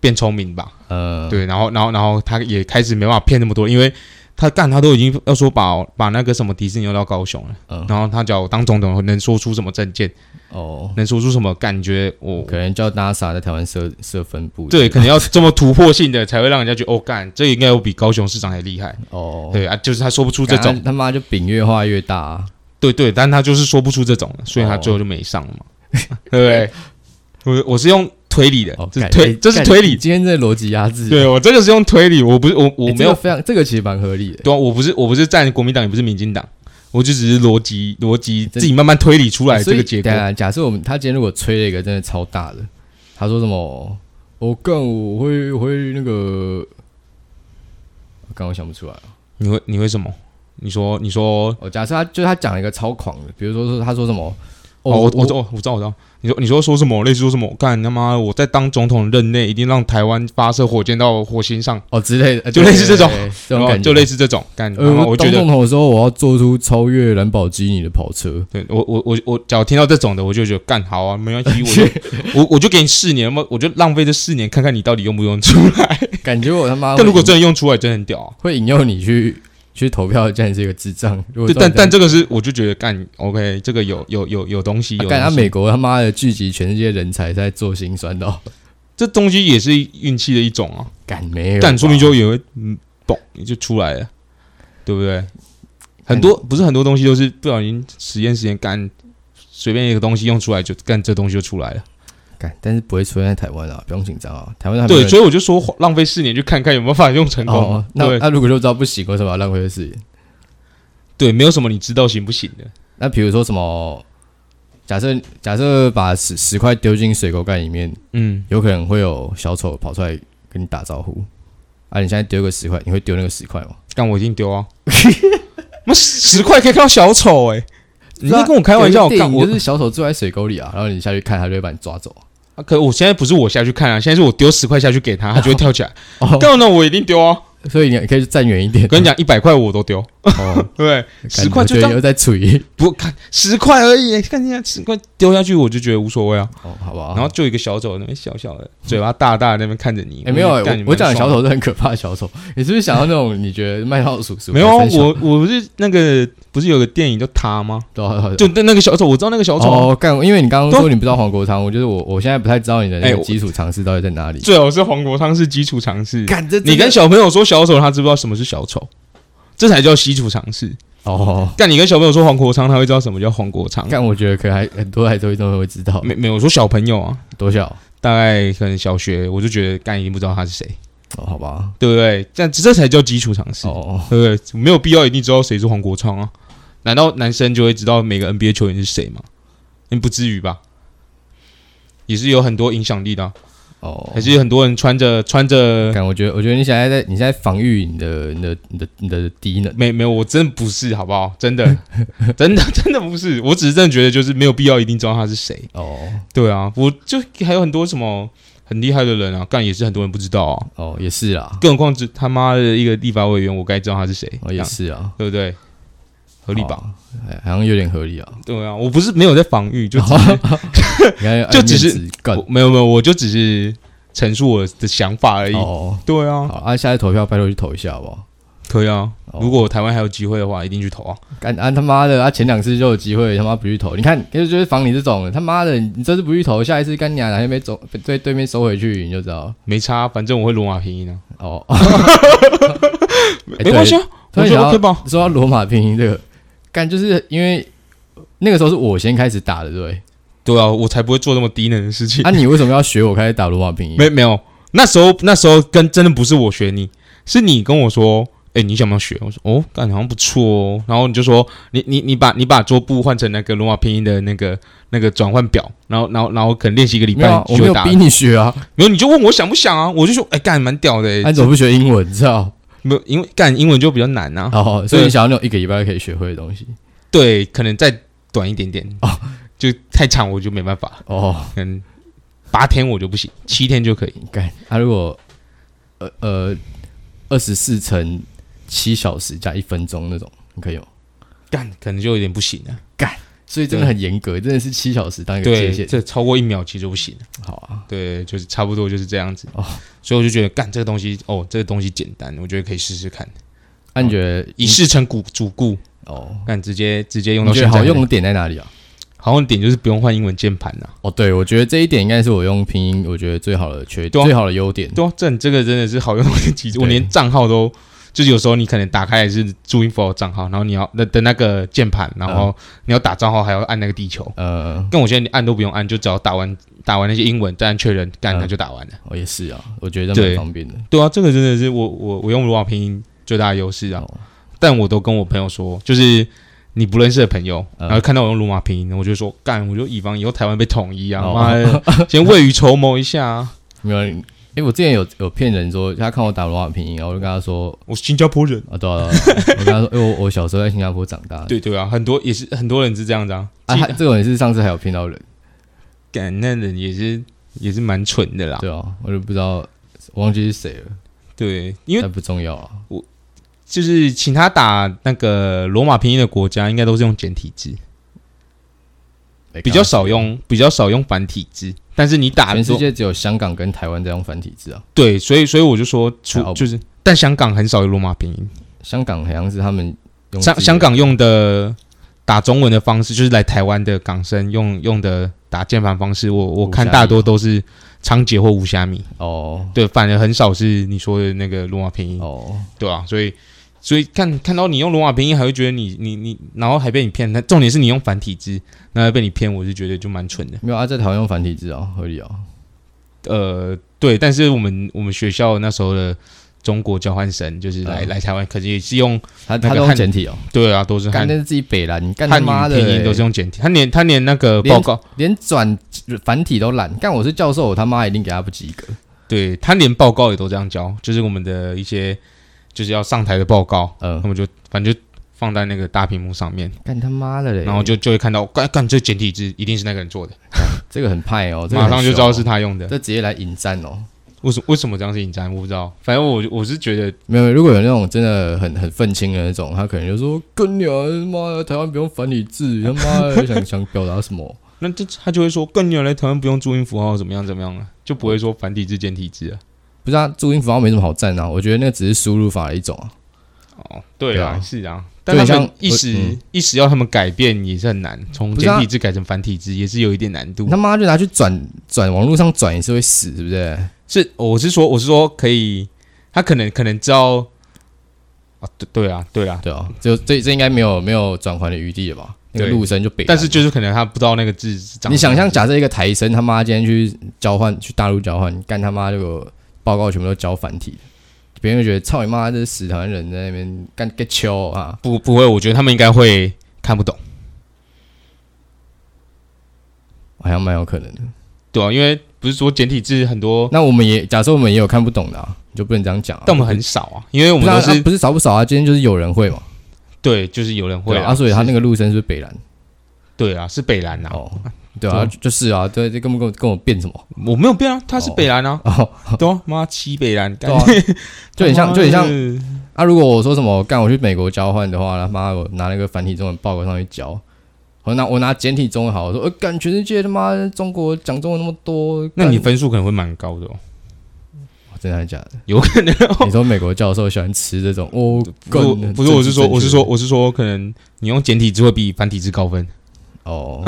[SPEAKER 1] 变聪明吧，
[SPEAKER 2] 呃，
[SPEAKER 1] 对，然后然后然后他也开始没办法骗那么多，因为他干他都已经要说把把那个什么迪士尼弄到高雄了，
[SPEAKER 2] 嗯
[SPEAKER 1] 然后他叫我当总统能说出什么证件，
[SPEAKER 2] 哦，
[SPEAKER 1] 能说出什么感觉，我
[SPEAKER 2] 可能叫 NASA 在台湾设设分部，
[SPEAKER 1] 对，可能要这么突破性的才会让人家觉得哦干，这应该有比高雄市长还厉害，
[SPEAKER 2] 哦，
[SPEAKER 1] 对啊，就是他说不出这
[SPEAKER 2] 干，
[SPEAKER 1] 种，
[SPEAKER 2] 他妈就饼越画越大、啊，
[SPEAKER 1] 对对，但他就是说不出这种，所以
[SPEAKER 2] 哦
[SPEAKER 1] 他最后就没上嘛， *laughs* 对不对？我我是用推理的
[SPEAKER 2] 哦，，
[SPEAKER 1] 这是
[SPEAKER 2] 干
[SPEAKER 1] 推
[SPEAKER 2] 欸
[SPEAKER 1] 这是
[SPEAKER 2] 干
[SPEAKER 1] 推理
[SPEAKER 2] 你，今天这逻辑压制，
[SPEAKER 1] 对
[SPEAKER 2] 欸，
[SPEAKER 1] 我这个是用推理，我不是我我没
[SPEAKER 2] 哎这
[SPEAKER 1] 有
[SPEAKER 2] 个非常，这个其实蛮合理的，
[SPEAKER 1] 对啊，我不是我不是站国民党，也不是民进党，我就只是逻辑逻辑自己慢慢推理出来
[SPEAKER 2] 哎所
[SPEAKER 1] 这
[SPEAKER 2] 以啊
[SPEAKER 1] 个结果
[SPEAKER 2] 等一。下假设我们他今天如果吹了一个真的超大的，他说什么？我、干，我会我会那个，我刚我想不出来了。
[SPEAKER 1] 你会你会什么？你说你说
[SPEAKER 2] 哦，假设他就是他讲了一个超狂的，比如说说他说什么？
[SPEAKER 1] 哦，我我知道我知道我知道，你说你说说什么？类似说什么？干他妈！我在当总统任内，一定让台湾发射火箭到火星上，
[SPEAKER 2] 哦之类的，呃
[SPEAKER 1] 就类似这种
[SPEAKER 2] 对对对这种
[SPEAKER 1] 然后
[SPEAKER 2] 感觉，
[SPEAKER 1] 就类似这种干。然
[SPEAKER 2] 呃，
[SPEAKER 1] 后
[SPEAKER 2] 我
[SPEAKER 1] 我
[SPEAKER 2] 当
[SPEAKER 1] 觉得
[SPEAKER 2] 总，统的时候，我要做出超越兰博基尼的跑车。
[SPEAKER 1] 对我我我我，只要听到这种的，我就觉得干好啊，没关系，我就
[SPEAKER 2] *laughs*
[SPEAKER 1] 我我就给你四年嘛，我就浪费这四年，看看你到底用不用出来。
[SPEAKER 2] 感觉我他妈会
[SPEAKER 1] *laughs* 但如果
[SPEAKER 2] 引
[SPEAKER 1] 真的用出来，真的很屌啊！
[SPEAKER 2] 会引诱你去去投票，这样是一个智障。如果
[SPEAKER 1] 对，但
[SPEAKER 2] 照
[SPEAKER 1] 但
[SPEAKER 2] 你这
[SPEAKER 1] 这个是我就觉得干 OK，这个有有有有东西，有
[SPEAKER 2] 样啊干他
[SPEAKER 1] 东西
[SPEAKER 2] 美国他妈的聚集全世界人才在做心酸到。 *laughs*
[SPEAKER 1] 这东西也是运气的一种啊，
[SPEAKER 2] 敢没有吧？
[SPEAKER 1] 干说明就有一嗯嘣就出来了，对不对？很多
[SPEAKER 2] 嗯
[SPEAKER 1] 不是很多东西都是不小心实验实验干，随便一个东西用出来就干这东西就出来了。
[SPEAKER 2] 干，但是不会出现在台湾啊，不用紧张啊。台湾还没
[SPEAKER 1] 对，
[SPEAKER 2] 有人
[SPEAKER 1] 所以我就说浪费四年去看看有没有办法用成功。
[SPEAKER 2] 哦，那
[SPEAKER 1] 对
[SPEAKER 2] 那如果就知道不行，为什么要浪费时间？
[SPEAKER 1] 对，没有什么你知道行不行的。
[SPEAKER 2] 那比如说什么？假设假设把十十块丢进水沟盖里面，
[SPEAKER 1] 嗯，
[SPEAKER 2] 有可能会有小丑跑出来跟你打招呼。啊，你现在丢个十块，你会丢那个十块吗？
[SPEAKER 1] 干我一定丢
[SPEAKER 2] *laughs*
[SPEAKER 1] 啊！那十块可以看到小丑哎、你在跟我开玩笑？
[SPEAKER 2] 有一个
[SPEAKER 1] 干
[SPEAKER 2] 电
[SPEAKER 1] 我
[SPEAKER 2] 影就是小丑住在水沟里啊，然后你下去看，他就会把你抓走。
[SPEAKER 1] 啊，可我现在不是我下去看啊，现在是我丢十块下去给他，他就会跳起来。
[SPEAKER 2] 哦，
[SPEAKER 1] 当然了，我一定丢
[SPEAKER 2] *laughs*
[SPEAKER 1] 啊！
[SPEAKER 2] 所以你可以站远一点。
[SPEAKER 1] 跟你讲，一百块我都丢， *laughs*
[SPEAKER 2] 哦，
[SPEAKER 1] 对不对，十块就这
[SPEAKER 2] 感觉
[SPEAKER 1] 样，
[SPEAKER 2] 又在处于
[SPEAKER 1] 不看十块而已，看人家十块丢下去，我就觉得无所谓啊。
[SPEAKER 2] 哦，好不好？
[SPEAKER 1] 然后就有一个小丑那边笑笑的，嘴巴大大的那边看着你。
[SPEAKER 2] 哎、没有、欸，
[SPEAKER 1] 干你
[SPEAKER 2] 我
[SPEAKER 1] 们
[SPEAKER 2] 我讲的小
[SPEAKER 1] 爽
[SPEAKER 2] 丑是很可怕的小丑。你是不是想要那种你觉得麦当劳叔叔？
[SPEAKER 1] 没有啊，
[SPEAKER 2] 三小
[SPEAKER 1] 我我不是那个不是有个电影叫他吗？
[SPEAKER 2] 对啊对啊对啊
[SPEAKER 1] 就那那个小丑，我知道那个小丑啊，
[SPEAKER 2] 哦，干，因为你刚刚
[SPEAKER 1] 对啊
[SPEAKER 2] 说你不知道黄国昌，我就是我，我现在不太知道你的那
[SPEAKER 1] 哎
[SPEAKER 2] 个
[SPEAKER 1] 我
[SPEAKER 2] 基础常识到底在哪里。
[SPEAKER 1] 最好是黄国昌是基础常识。
[SPEAKER 2] 干这真的
[SPEAKER 1] 你跟小朋友说小丑，他知不知道什么是小丑？这才叫基础常识。
[SPEAKER 2] 哦，
[SPEAKER 1] 但你跟嗯小朋友说黄国昌，他会知道什么叫黄国昌。
[SPEAKER 2] 干，我觉得可能还很多还都都会知道
[SPEAKER 1] 没没有，我说小朋友啊，
[SPEAKER 2] 多少
[SPEAKER 1] 大概可能小学，我就觉得干已经不知道他是谁，
[SPEAKER 2] 哦，好吧，
[SPEAKER 1] 对不对？但这才叫基础常识，
[SPEAKER 2] 哦，
[SPEAKER 1] 对不对？没有必要一定知道谁是黄国昌啊？难道男生就会知道每个 NBA 球员是谁吗？嗯，不至于吧？也是有很多影响力的啊、
[SPEAKER 2] 哦
[SPEAKER 1] 还，是有很多人穿着穿着
[SPEAKER 2] 干，我觉得我觉得你现在在你现在防御你的你的你的你的敌人。
[SPEAKER 1] 没没有，我真不是，好不好？真
[SPEAKER 2] *laughs*
[SPEAKER 1] 的，真的，真的不是。我只是真的觉得，就是没有必要一定知道他是谁。
[SPEAKER 2] 哦
[SPEAKER 1] 对啊，我就还有很多什么很厉害的人啊，干也是很多人不知道啊。
[SPEAKER 2] 哦，也是啦，
[SPEAKER 1] 更何况是他妈的一个立法委员，我该知道他是谁，
[SPEAKER 2] 哦
[SPEAKER 1] 这
[SPEAKER 2] 也
[SPEAKER 1] 样
[SPEAKER 2] 是啊，
[SPEAKER 1] 对不对？合理吧？
[SPEAKER 2] 哦？哎好像有点合
[SPEAKER 1] *laughs*
[SPEAKER 2] 理啊。
[SPEAKER 1] 对啊，我不是没有在防御，
[SPEAKER 2] *laughs*
[SPEAKER 1] 就只是、
[SPEAKER 2] 你看
[SPEAKER 1] 就只是
[SPEAKER 2] 哎面子干
[SPEAKER 1] 我呃没有没有，我就只是陈述我的想法而已。
[SPEAKER 2] 哦。
[SPEAKER 1] 对啊，
[SPEAKER 2] 好，啊，下次投票拜托去投一下好不好？
[SPEAKER 1] 可以啊，
[SPEAKER 2] 哦
[SPEAKER 1] 如果台湾还有机会的话，一定去投啊。
[SPEAKER 2] 干啊他妈的，他、前两次就有机会，他妈不去投。你看，就是就是防你这种的，他妈的，你这次不去投，下一次干你啊，哪天被走被对对面收回去，你就知道了
[SPEAKER 1] 没差，反正我会罗马拼音啊， *laughs*
[SPEAKER 2] 哦。哎
[SPEAKER 1] 没关系啊，
[SPEAKER 2] 突
[SPEAKER 1] 我
[SPEAKER 2] 然
[SPEAKER 1] 觉得
[SPEAKER 2] 想到
[SPEAKER 1] OK 吧？
[SPEAKER 2] 说到罗马拼音这个，干就是因为那个时候是我先开始打的，对不
[SPEAKER 1] *laughs*
[SPEAKER 2] 对。
[SPEAKER 1] 对啊，我才不会做这么低能的事情。
[SPEAKER 2] 啊，你为什么要学我开始打罗马拼音？
[SPEAKER 1] 没没有，那时候那时候跟真的不是我学你，是你跟我说，哎、你想不想学？我说哦，感觉好像不错哦。然后你就说，你你你把你把桌布换成那个罗马拼音的那个那个转换表，然后然后然后可能练习一个礼
[SPEAKER 2] 没有
[SPEAKER 1] 拜
[SPEAKER 2] 啊，
[SPEAKER 1] 你
[SPEAKER 2] 我
[SPEAKER 1] 就
[SPEAKER 2] 没
[SPEAKER 1] 会
[SPEAKER 2] 有
[SPEAKER 1] 打了。
[SPEAKER 2] 逼你学
[SPEAKER 1] *laughs*
[SPEAKER 2] 啊，
[SPEAKER 1] 没有，你就问我想不想啊？我就说，哎、干蛮屌的、欸。
[SPEAKER 2] 啊你怎么不学英文？你
[SPEAKER 1] *laughs*
[SPEAKER 2] 知道？
[SPEAKER 1] 没有，因为干英文就比较难啊。
[SPEAKER 2] 哦，所以你想要那种一个礼拜可以学会的东西。
[SPEAKER 1] 对，可能再短一点点哦，就太长我就没办法，
[SPEAKER 2] 哦，
[SPEAKER 1] 可能八天我就不行，七天就可以。
[SPEAKER 2] 干，啊，如果呃呃二十四乘七小时加一分钟那种，你可以吗？
[SPEAKER 1] 干可能就有点不行了。
[SPEAKER 2] 所以真的很严格，真的是七小时当一个界
[SPEAKER 1] 对，
[SPEAKER 2] 限。
[SPEAKER 1] 这超过一秒其实就不行了。
[SPEAKER 2] 哎好啊，
[SPEAKER 1] 对，就是差不多就是这样子。
[SPEAKER 2] 哦
[SPEAKER 1] 所以我就觉得干这个东西，哦，这个东西简单，我觉得可以试试看，
[SPEAKER 2] 嗯那、你觉得
[SPEAKER 1] 哦以事成骨主顾，
[SPEAKER 2] 哦，
[SPEAKER 1] 干直接直接用
[SPEAKER 2] 你
[SPEAKER 1] 到
[SPEAKER 2] 觉
[SPEAKER 1] 现
[SPEAKER 2] 得
[SPEAKER 1] 在。
[SPEAKER 2] 好用的，点在哪里啊？
[SPEAKER 1] 好用点就是不用换英文键盘呐。
[SPEAKER 2] 哦，对，我觉得这一点应该是我用拼音，我觉得最好的缺，
[SPEAKER 1] 对啊
[SPEAKER 2] 最好的优点。
[SPEAKER 1] 对、啊，这这个真的是好用的机制，我
[SPEAKER 2] 对
[SPEAKER 1] 连账号都。就是有时候你可能打开也是注音符号账号，然后你要那的那个键盘，然
[SPEAKER 2] 嗯
[SPEAKER 1] 后你要打账号还要按那个地球。
[SPEAKER 2] 呃，
[SPEAKER 1] 跟我现在连按都不用按，就只要打完打完那些英文，再按确认，干
[SPEAKER 2] 嗯
[SPEAKER 1] 它就打完了。
[SPEAKER 2] 我、也是啊，我觉得蛮
[SPEAKER 1] 对
[SPEAKER 2] 方便的。
[SPEAKER 1] 对啊，这个真的是我我我用罗马拼音最大的优势啊！
[SPEAKER 2] 哦
[SPEAKER 1] 但我都跟我朋友说，就是你不认识的朋友，
[SPEAKER 2] 嗯
[SPEAKER 1] 然后看到我用罗马拼音，我就说干，我就以防以后台湾被统一啊，
[SPEAKER 2] 哦
[SPEAKER 1] 妈的，
[SPEAKER 2] *laughs*
[SPEAKER 1] 先未雨绸缪一下啊！
[SPEAKER 2] 没有，哎、我之前有有骗人说他看我打罗马拼音，然后我就跟他说，
[SPEAKER 1] 我是新加坡人，
[SPEAKER 2] 啊对啊，对啊我跟他说，哎、我 *laughs* 我小时候在新加坡长大的，
[SPEAKER 1] 对对啊，很多也是很多人是这样子啊，
[SPEAKER 2] 啊，
[SPEAKER 1] 记
[SPEAKER 2] 他这种也是上次还有骗到人，
[SPEAKER 1] 干那人也是也是蛮蠢的啦，
[SPEAKER 2] 对啊，我就不知道我忘记是谁了，
[SPEAKER 1] 对，因为
[SPEAKER 2] 但不重要啊，
[SPEAKER 1] 就是请他打那个罗马拼音的国家，应该都是用简体字，
[SPEAKER 2] 没
[SPEAKER 1] 比
[SPEAKER 2] 看
[SPEAKER 1] 较
[SPEAKER 2] 到
[SPEAKER 1] 少用比较少用繁体字，但是你打
[SPEAKER 2] 全世
[SPEAKER 1] 中
[SPEAKER 2] 界只有香港跟台湾在用繁体字啊，
[SPEAKER 1] 对，所以所以我就说，
[SPEAKER 2] 还
[SPEAKER 1] 除
[SPEAKER 2] 好
[SPEAKER 1] 就是，但香港很少有罗马拼音。
[SPEAKER 2] 香港好像是他们用
[SPEAKER 1] 香
[SPEAKER 2] 自己的
[SPEAKER 1] 香港用的打中文的方式，就是来台湾的港生用用的打键盘方式，我我看
[SPEAKER 2] 无虾米
[SPEAKER 1] 大多都是仓颉或无虾米，
[SPEAKER 2] 哦
[SPEAKER 1] 对，反而很少是你说的那个罗马拼音，
[SPEAKER 2] 哦，
[SPEAKER 1] 对啊，所以所以看看到你用罗马拼音，还会觉得你你你，然后还被你骗，那重点是你用繁体字，那被你骗，我是觉得就蛮蠢的。
[SPEAKER 2] 没有啊，在台湾用繁体字啊，合理啊，
[SPEAKER 1] 呃，对，但是我们我们学校那时候的中国交换生，就是来、
[SPEAKER 2] 嗯
[SPEAKER 1] 来台湾，可是也是用
[SPEAKER 2] 他
[SPEAKER 1] 那个
[SPEAKER 2] 他都用
[SPEAKER 1] 汉
[SPEAKER 2] 简体哦，
[SPEAKER 1] 对啊，都是
[SPEAKER 2] 干
[SPEAKER 1] 汉
[SPEAKER 2] 那是自己北啦，你干他妈
[SPEAKER 1] 汉语
[SPEAKER 2] 的、欸
[SPEAKER 1] 拼音都是用简体，他连他连那个报告。
[SPEAKER 2] 连转繁体都懒，干我是教授，我他妈一定给他不及格。
[SPEAKER 1] 对他连报告也都这样交，就是我们的一些就是要上台的报告，
[SPEAKER 2] 嗯
[SPEAKER 1] 那，么就反正就放在那个大屏幕上面，
[SPEAKER 2] 干他妈的嘞！
[SPEAKER 1] 然后就就会看到，干干这简体字一定是那个人做的，
[SPEAKER 2] 这个很派哦，这
[SPEAKER 1] 马
[SPEAKER 2] 个很
[SPEAKER 1] 上就
[SPEAKER 2] 凶
[SPEAKER 1] 知道
[SPEAKER 2] 哦
[SPEAKER 1] 是他用的。
[SPEAKER 2] 这直接来引战哦。
[SPEAKER 1] 为什为什么这样是引战？我不知道，反正我我是觉得
[SPEAKER 2] 没有，如果有那种真的很很愤青的那种，他可能就说：“跟你啊，他妈的，台湾不用繁体字，他妈的想想表达什么
[SPEAKER 1] 那这他就会说，更原来台湾不用注音符号怎么样怎么样了，就不会说繁体字简体字了。？”
[SPEAKER 2] 不是啊，注音符号没什么好赞啊，我觉得那个只是输入法的一种啊。
[SPEAKER 1] 哦，对
[SPEAKER 2] 对
[SPEAKER 1] 啊，
[SPEAKER 2] 啊
[SPEAKER 1] 是啊，
[SPEAKER 2] 就
[SPEAKER 1] 但
[SPEAKER 2] 很
[SPEAKER 1] 他
[SPEAKER 2] 像
[SPEAKER 1] 们一
[SPEAKER 2] 我
[SPEAKER 1] 时、
[SPEAKER 2] 嗯
[SPEAKER 1] 一时要他们改变也是很难，从
[SPEAKER 2] 不是啊
[SPEAKER 1] 简体字改成繁体字也是有一点难度
[SPEAKER 2] 他。妈就拿去转转网络上转也是会死，对不啊对？
[SPEAKER 1] 是，我是说，我是说可以，他可能可能知道啊，对对啊，对啊，
[SPEAKER 2] 对啊，就这这应该没有没有转圜的余地了吧？那个
[SPEAKER 1] 对
[SPEAKER 2] 陆生就北烂，
[SPEAKER 1] 但是就是可能他不知道那个字是长什么样子。
[SPEAKER 2] 你想象，假设一个台生他妈今天去交换去大陆交换，干他妈这个报告全部都交繁体的，别人会觉得操你妈这是死台湾人在那边干个秋啊！
[SPEAKER 1] 不不会，我觉得他们应该会看不懂，
[SPEAKER 2] 好像蛮有可能的。
[SPEAKER 1] 对啊，因为不是说简体字很多，
[SPEAKER 2] 那我们也假设我们也有看不懂的、啊，你就不能这样讲、啊。
[SPEAKER 1] 但我们很少啊，因为我
[SPEAKER 2] 不
[SPEAKER 1] 们
[SPEAKER 2] 是啊
[SPEAKER 1] 都
[SPEAKER 2] 啊
[SPEAKER 1] 是
[SPEAKER 2] 不是少不少啊？今天就是有人会嘛，
[SPEAKER 1] 对，就是有人会
[SPEAKER 2] 对啊，啊所以他那
[SPEAKER 1] 个
[SPEAKER 2] 个陆生是不是北兰
[SPEAKER 1] 对啊是北兰啊，
[SPEAKER 2] 哦，对啊，就是啊，对，这根本跟我跟我变什么
[SPEAKER 1] 我没有变啊，他是
[SPEAKER 2] 哦
[SPEAKER 1] 北兰啊，
[SPEAKER 2] 哦，
[SPEAKER 1] 对啊，妈七北兰，
[SPEAKER 2] 对啊，
[SPEAKER 1] *laughs*
[SPEAKER 2] 就很像就很像
[SPEAKER 1] 像
[SPEAKER 2] 啊。如果我说什么干我去美国交换的话，他妈我拿那个繁体中文报告上去交。我拿我拿简体中文好，我说，呃，干全世界他妈中国讲中文那么多，
[SPEAKER 1] 那你
[SPEAKER 2] 干
[SPEAKER 1] 分数可能会蛮高的哦，
[SPEAKER 2] 真的还是假的？
[SPEAKER 1] 有可能哦、
[SPEAKER 2] 你说美国教授喜欢吃这种哦，
[SPEAKER 1] 不是我
[SPEAKER 2] 更
[SPEAKER 1] 不是，我是说，
[SPEAKER 2] 政
[SPEAKER 1] 我
[SPEAKER 2] 治
[SPEAKER 1] 是
[SPEAKER 2] 正
[SPEAKER 1] 说，
[SPEAKER 2] 确
[SPEAKER 1] 我是说，可能你用简体字会比繁体字高分， *laughs*
[SPEAKER 2] 哦，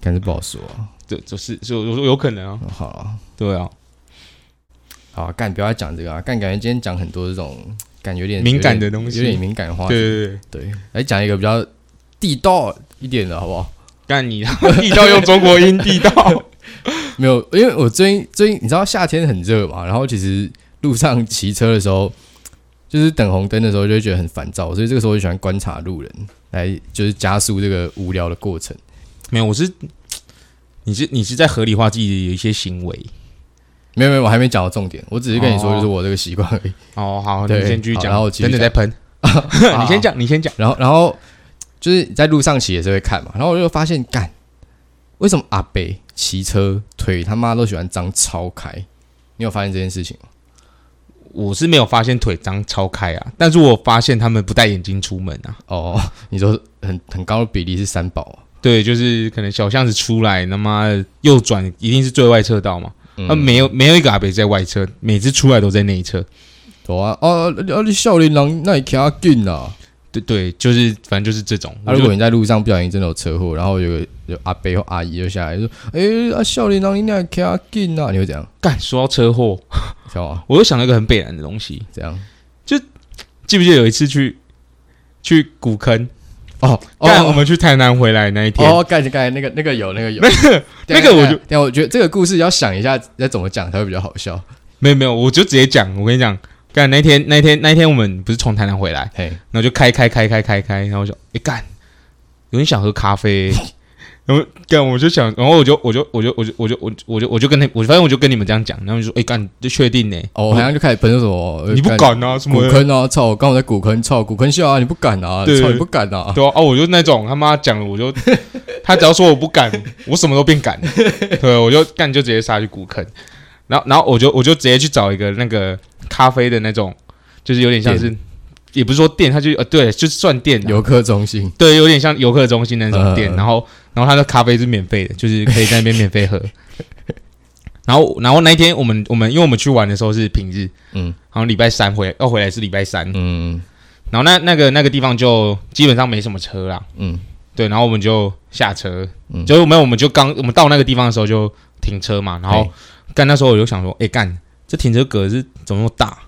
[SPEAKER 2] 感觉不好说、啊。
[SPEAKER 1] 这这是是有有可能啊，
[SPEAKER 2] 哦好了，
[SPEAKER 1] 对啊，
[SPEAKER 2] 好啊干，不要再讲这个啊！干，感觉今天讲很多这种感觉有点
[SPEAKER 1] 敏感
[SPEAKER 2] 有点
[SPEAKER 1] 的东西
[SPEAKER 2] 有点敏感的话
[SPEAKER 1] 对
[SPEAKER 2] 题。
[SPEAKER 1] 对对，
[SPEAKER 2] 对，来讲一个比较地道一点的好不好？
[SPEAKER 1] 但你
[SPEAKER 2] *laughs*
[SPEAKER 1] 地道用中国音地道， *laughs*
[SPEAKER 2] 没有，因为我最近最近你知道夏天很热嘛，然后其实路上骑车的时候，就是等红灯的时候就会觉得很烦躁，所以这个时候我就喜欢观察路人，来就是加速这个无聊的过程。
[SPEAKER 1] 没有，我是你是你是在合理化自己的有一些行为
[SPEAKER 2] 没有没有，我还没讲到重点，我只是跟你说
[SPEAKER 1] 哦
[SPEAKER 2] 就是我这个习惯而已。
[SPEAKER 1] 哦，好，你
[SPEAKER 2] 对
[SPEAKER 1] 先继续
[SPEAKER 2] 好
[SPEAKER 1] 讲，
[SPEAKER 2] 然后我继续
[SPEAKER 1] 等等再喷，*laughs*
[SPEAKER 2] *laughs*
[SPEAKER 1] 你先讲，你先讲，
[SPEAKER 2] 然后然后就是在路上骑也是会看嘛，然后我就发现干，为什么阿北骑车腿他妈都喜欢张超开？你有发现这件事情吗？
[SPEAKER 1] 我是没有发现腿张超开啊，但是我发现他们不戴眼镜出门啊，
[SPEAKER 2] 哦，你说很很高的比例是三宝啊、
[SPEAKER 1] 对，就是可能小巷子出来，他妈的右转一定是最外侧道嘛，
[SPEAKER 2] 嗯
[SPEAKER 1] 啊，没有没有一个阿北在外侧，每次出来都在内侧。
[SPEAKER 2] 对啊，哦，啊你少年郎那也卡紧啦。
[SPEAKER 1] 对对，就是反正就是这种。
[SPEAKER 2] 啊，
[SPEAKER 1] 我
[SPEAKER 2] 如
[SPEAKER 1] 就
[SPEAKER 2] 果你在路上不小心真的有车祸，然后有个有阿伯或阿姨就下来说：“哎、啊少年郎你那也卡紧啊啦。”你会怎样？
[SPEAKER 1] 干说到车祸，
[SPEAKER 2] 知道吗？
[SPEAKER 1] 我又想到一个很北然的东西，
[SPEAKER 2] 怎样？
[SPEAKER 1] 记不记得有一次去去古坑？
[SPEAKER 2] 哦
[SPEAKER 1] 干、我
[SPEAKER 2] 哦
[SPEAKER 1] 们去台南回来那一天，
[SPEAKER 2] 哦，盖起盖那个那个有那个有
[SPEAKER 1] *laughs* 那个
[SPEAKER 2] 等一
[SPEAKER 1] 那
[SPEAKER 2] 下
[SPEAKER 1] 个我
[SPEAKER 2] 等
[SPEAKER 1] 就
[SPEAKER 2] 一下等一下我觉得这个故事要想一下要怎么讲才会比较好笑。
[SPEAKER 1] 没有没有，我就直接讲，我跟你讲，干那天那天那天我们不是从台南回来，
[SPEAKER 2] 嘿，
[SPEAKER 1] 然后就开开开开开开，然后我就哎干，有点想喝咖啡、 *laughs* 然后干我就想，然后我就我就我就我就我就我就我就我就跟那我反正我就跟你们这样讲，然后就说哎干，就确定呢、
[SPEAKER 2] 哦，我好像就开始喷说什么呃
[SPEAKER 1] 你不
[SPEAKER 2] 干
[SPEAKER 1] 敢啊什么
[SPEAKER 2] 古
[SPEAKER 1] 的
[SPEAKER 2] 坑啊，操！我刚好在古坑，操古坑笑啊，你不敢啊，
[SPEAKER 1] 对
[SPEAKER 2] 操你不敢啊，
[SPEAKER 1] 对啊，哦，我就那种他妈讲了，我就 *laughs* 他只要说我不敢，我什么都变 *laughs* 敢，对，我就干就直接杀去古坑，然后然后我就我就直接去找一个那个咖啡的那种，就是有点像是，也不是说店，它就呃对，就是算店啊、
[SPEAKER 2] 游客中心
[SPEAKER 1] 对，有点像游客中心那种店，
[SPEAKER 2] 嗯
[SPEAKER 1] 然后然后它的咖啡是免费的，就是可以在那边免费喝。 *laughs* 然后然后那一天我们我们因为我们去玩的时候是平日，
[SPEAKER 2] 嗯
[SPEAKER 1] 嗯，好像礼拜三回要回来是礼拜三，
[SPEAKER 2] 嗯
[SPEAKER 1] 然后那那个那个地方就基本上没什么车啦，
[SPEAKER 2] 嗯，
[SPEAKER 1] 对，然后我们就下车，
[SPEAKER 2] 嗯
[SPEAKER 1] 就是没有，我们就刚我们到那个地方的时候就停车嘛，然后
[SPEAKER 2] 嘿
[SPEAKER 1] 干那时候我就想说，哎、干这停车格是怎么那么大？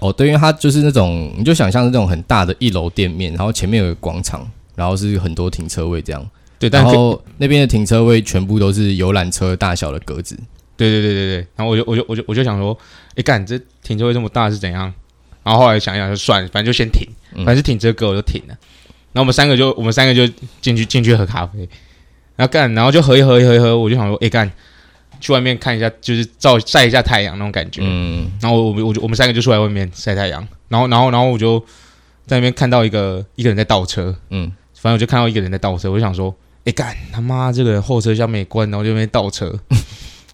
[SPEAKER 2] 哦，对，因为它就是那种，你就想象是那种很大的一楼店面，然后前面有个广场，然后是很多停车位这样，
[SPEAKER 1] 对，但
[SPEAKER 2] 然
[SPEAKER 1] 可
[SPEAKER 2] 后那边的停车位全部都是游览车大小的格子，
[SPEAKER 1] 对对对对对，然后我就我就我就我就想说，哎、干这停车位这么大是怎样？然后后来想一想就算了，反正就先停，
[SPEAKER 2] 嗯
[SPEAKER 1] 反正是停车格我就停了。然后我们三个就我们三个就进去进去喝咖啡，然后干然后就喝一喝一喝一喝，我就想说，哎、干去外面看一下，就是照晒一下太阳那种感觉。
[SPEAKER 2] 嗯，
[SPEAKER 1] 然后我我我就我们三个就出来外面晒太阳，然后然后然后我就在那边看到一个一个人在倒车，
[SPEAKER 2] 嗯，
[SPEAKER 1] 反正我就看到一个人在倒车，我就想说，哎干他妈这个人后车厢没关，然后就在那边倒
[SPEAKER 2] *laughs*
[SPEAKER 1] 车，然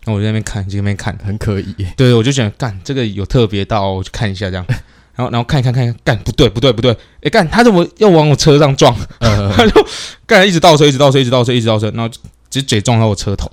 [SPEAKER 1] 后我就在那边看，就在那边看，
[SPEAKER 2] 很可疑， *laughs*
[SPEAKER 1] 对，我就想干这个有特别到，我去看一下这样，然后然后看一看看一看，干不对不对不对，哎干他怎么要往我车上撞？
[SPEAKER 2] 呃，
[SPEAKER 1] 他就干一直倒车，一直倒车，一直倒车，一直倒车，然后就直接嘴撞到我车
[SPEAKER 2] *laughs*
[SPEAKER 1] 头。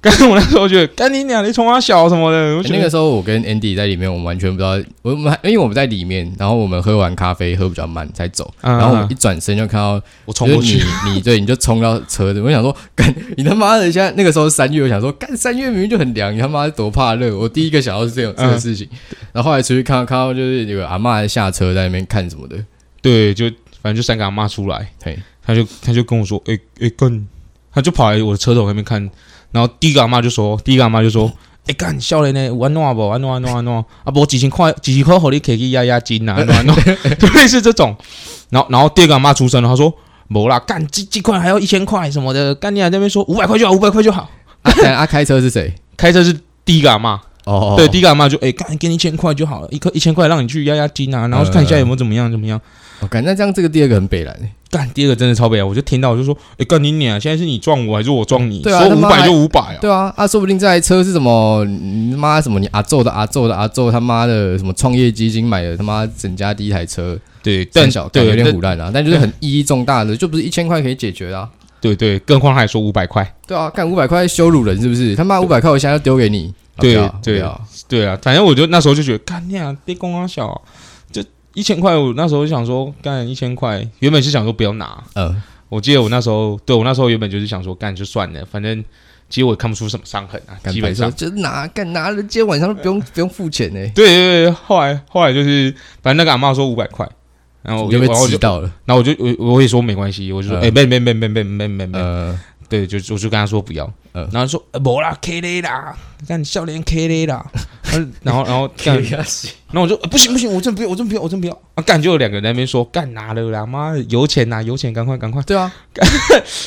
[SPEAKER 1] 干我那时候觉得干你娘，你冲他小什么的，我觉
[SPEAKER 2] 欸那
[SPEAKER 1] 得
[SPEAKER 2] 个时候我跟 Andy 在里面，我们完全不知道，我我们还因为我们在里面，然后我们喝完咖啡喝比较慢才走，
[SPEAKER 1] 嗯
[SPEAKER 2] 然后我们一转身就看到
[SPEAKER 1] 我冲过去
[SPEAKER 2] 就。是你你对你就冲到车子，我想说，干你他妈的！现在那个时候三月，我想说，干三月明明就很凉，你他妈多怕热！我第一个想到是这种这
[SPEAKER 1] 嗯
[SPEAKER 2] 个事情，然后后来出去看到看到就是有个阿嬷下车在那边看什么的，
[SPEAKER 1] 对，就反正就三个阿妈出来， *laughs*
[SPEAKER 2] 嘿，
[SPEAKER 1] 他就他就跟我说，哎、哎、干，他就跑来我的车头那边看，然后第一个阿妈就说，第一个阿妈就说，哎、干，少年呢，玩弄不，玩弄玩弄玩弄，啊不，几千块几千块，给你可以压压惊啊，玩弄，就类似这种，然后然后第二个阿妈出声了，她说。没啦，干这这块还要一千块什么的，干你还在那边说五百块就好，五百块就好。
[SPEAKER 2] 阿开阿啊开车是谁？
[SPEAKER 1] 开车是第一个阿妈，
[SPEAKER 2] 哦，
[SPEAKER 1] 对，第一个阿妈就哎、干给你一千块就好了，一颗一千块让你去压压惊啊，然后看一下有没有怎么样怎么样。
[SPEAKER 2] 哦，干那这样这个第二个很北蓝，
[SPEAKER 1] 干，第二个真的超悲哀，我就听到我就说，哎、干你娘！现在是你撞我还是我撞你？
[SPEAKER 2] 对啊
[SPEAKER 1] 说
[SPEAKER 2] 他
[SPEAKER 1] 五
[SPEAKER 2] 妈
[SPEAKER 1] 百
[SPEAKER 2] 还
[SPEAKER 1] 就五百啊！
[SPEAKER 2] 对啊，啊，说不定这台车是什么你他妈什么你阿宙的阿宙的阿宙他妈的什么创业基金买的他妈整家第一台车，
[SPEAKER 1] 对，
[SPEAKER 2] 但
[SPEAKER 1] 但
[SPEAKER 2] 小干
[SPEAKER 1] 对
[SPEAKER 2] 有点
[SPEAKER 1] 但
[SPEAKER 2] 胡乱啊，但就是很意义重大的，就不是一千块可以解决的、啊。
[SPEAKER 1] 对对，更何况他还说五百块，
[SPEAKER 2] 对啊，干五百块羞辱人是不是？他妈五百块我现在要丢给你，啊不要
[SPEAKER 1] 对对
[SPEAKER 2] 不要
[SPEAKER 1] 对啊，反正我就那时候就觉得，干你啊，别公啊小啊，就一千块，我那时候就想说，干一千块，原本是想说不要拿，
[SPEAKER 2] 嗯，
[SPEAKER 1] 我记得我那时候，对我那时候原本就是想说，干就算了，反正其实我也看不出什么伤痕啊，
[SPEAKER 2] 干
[SPEAKER 1] 基本上
[SPEAKER 2] 白色，就是拿干拿了，今天晚上都不用不用付钱欸呢、
[SPEAKER 1] 对对对，后来后来就是，反正那个阿妈说五百块，然后我
[SPEAKER 2] 你就被
[SPEAKER 1] 然后哦我
[SPEAKER 2] 知
[SPEAKER 1] 就
[SPEAKER 2] 道了，
[SPEAKER 1] 然后我就我我也说没关系，我就说
[SPEAKER 2] 嗯
[SPEAKER 1] 哎，没没没没没没没没，
[SPEAKER 2] 呃，
[SPEAKER 1] 对，就我就跟他说不要，
[SPEAKER 2] 嗯
[SPEAKER 1] 然后说呃没啦，K 嘞啦，干你笑脸 K 嘞啦，然后然后 *laughs* 干，然后我就呃不行不行，我真不要，我真不要，我真不要，啊干就有两个人在那边说干拿了啦，妈的油钱呐油钱，赶快赶快， *laughs*
[SPEAKER 2] 对啊，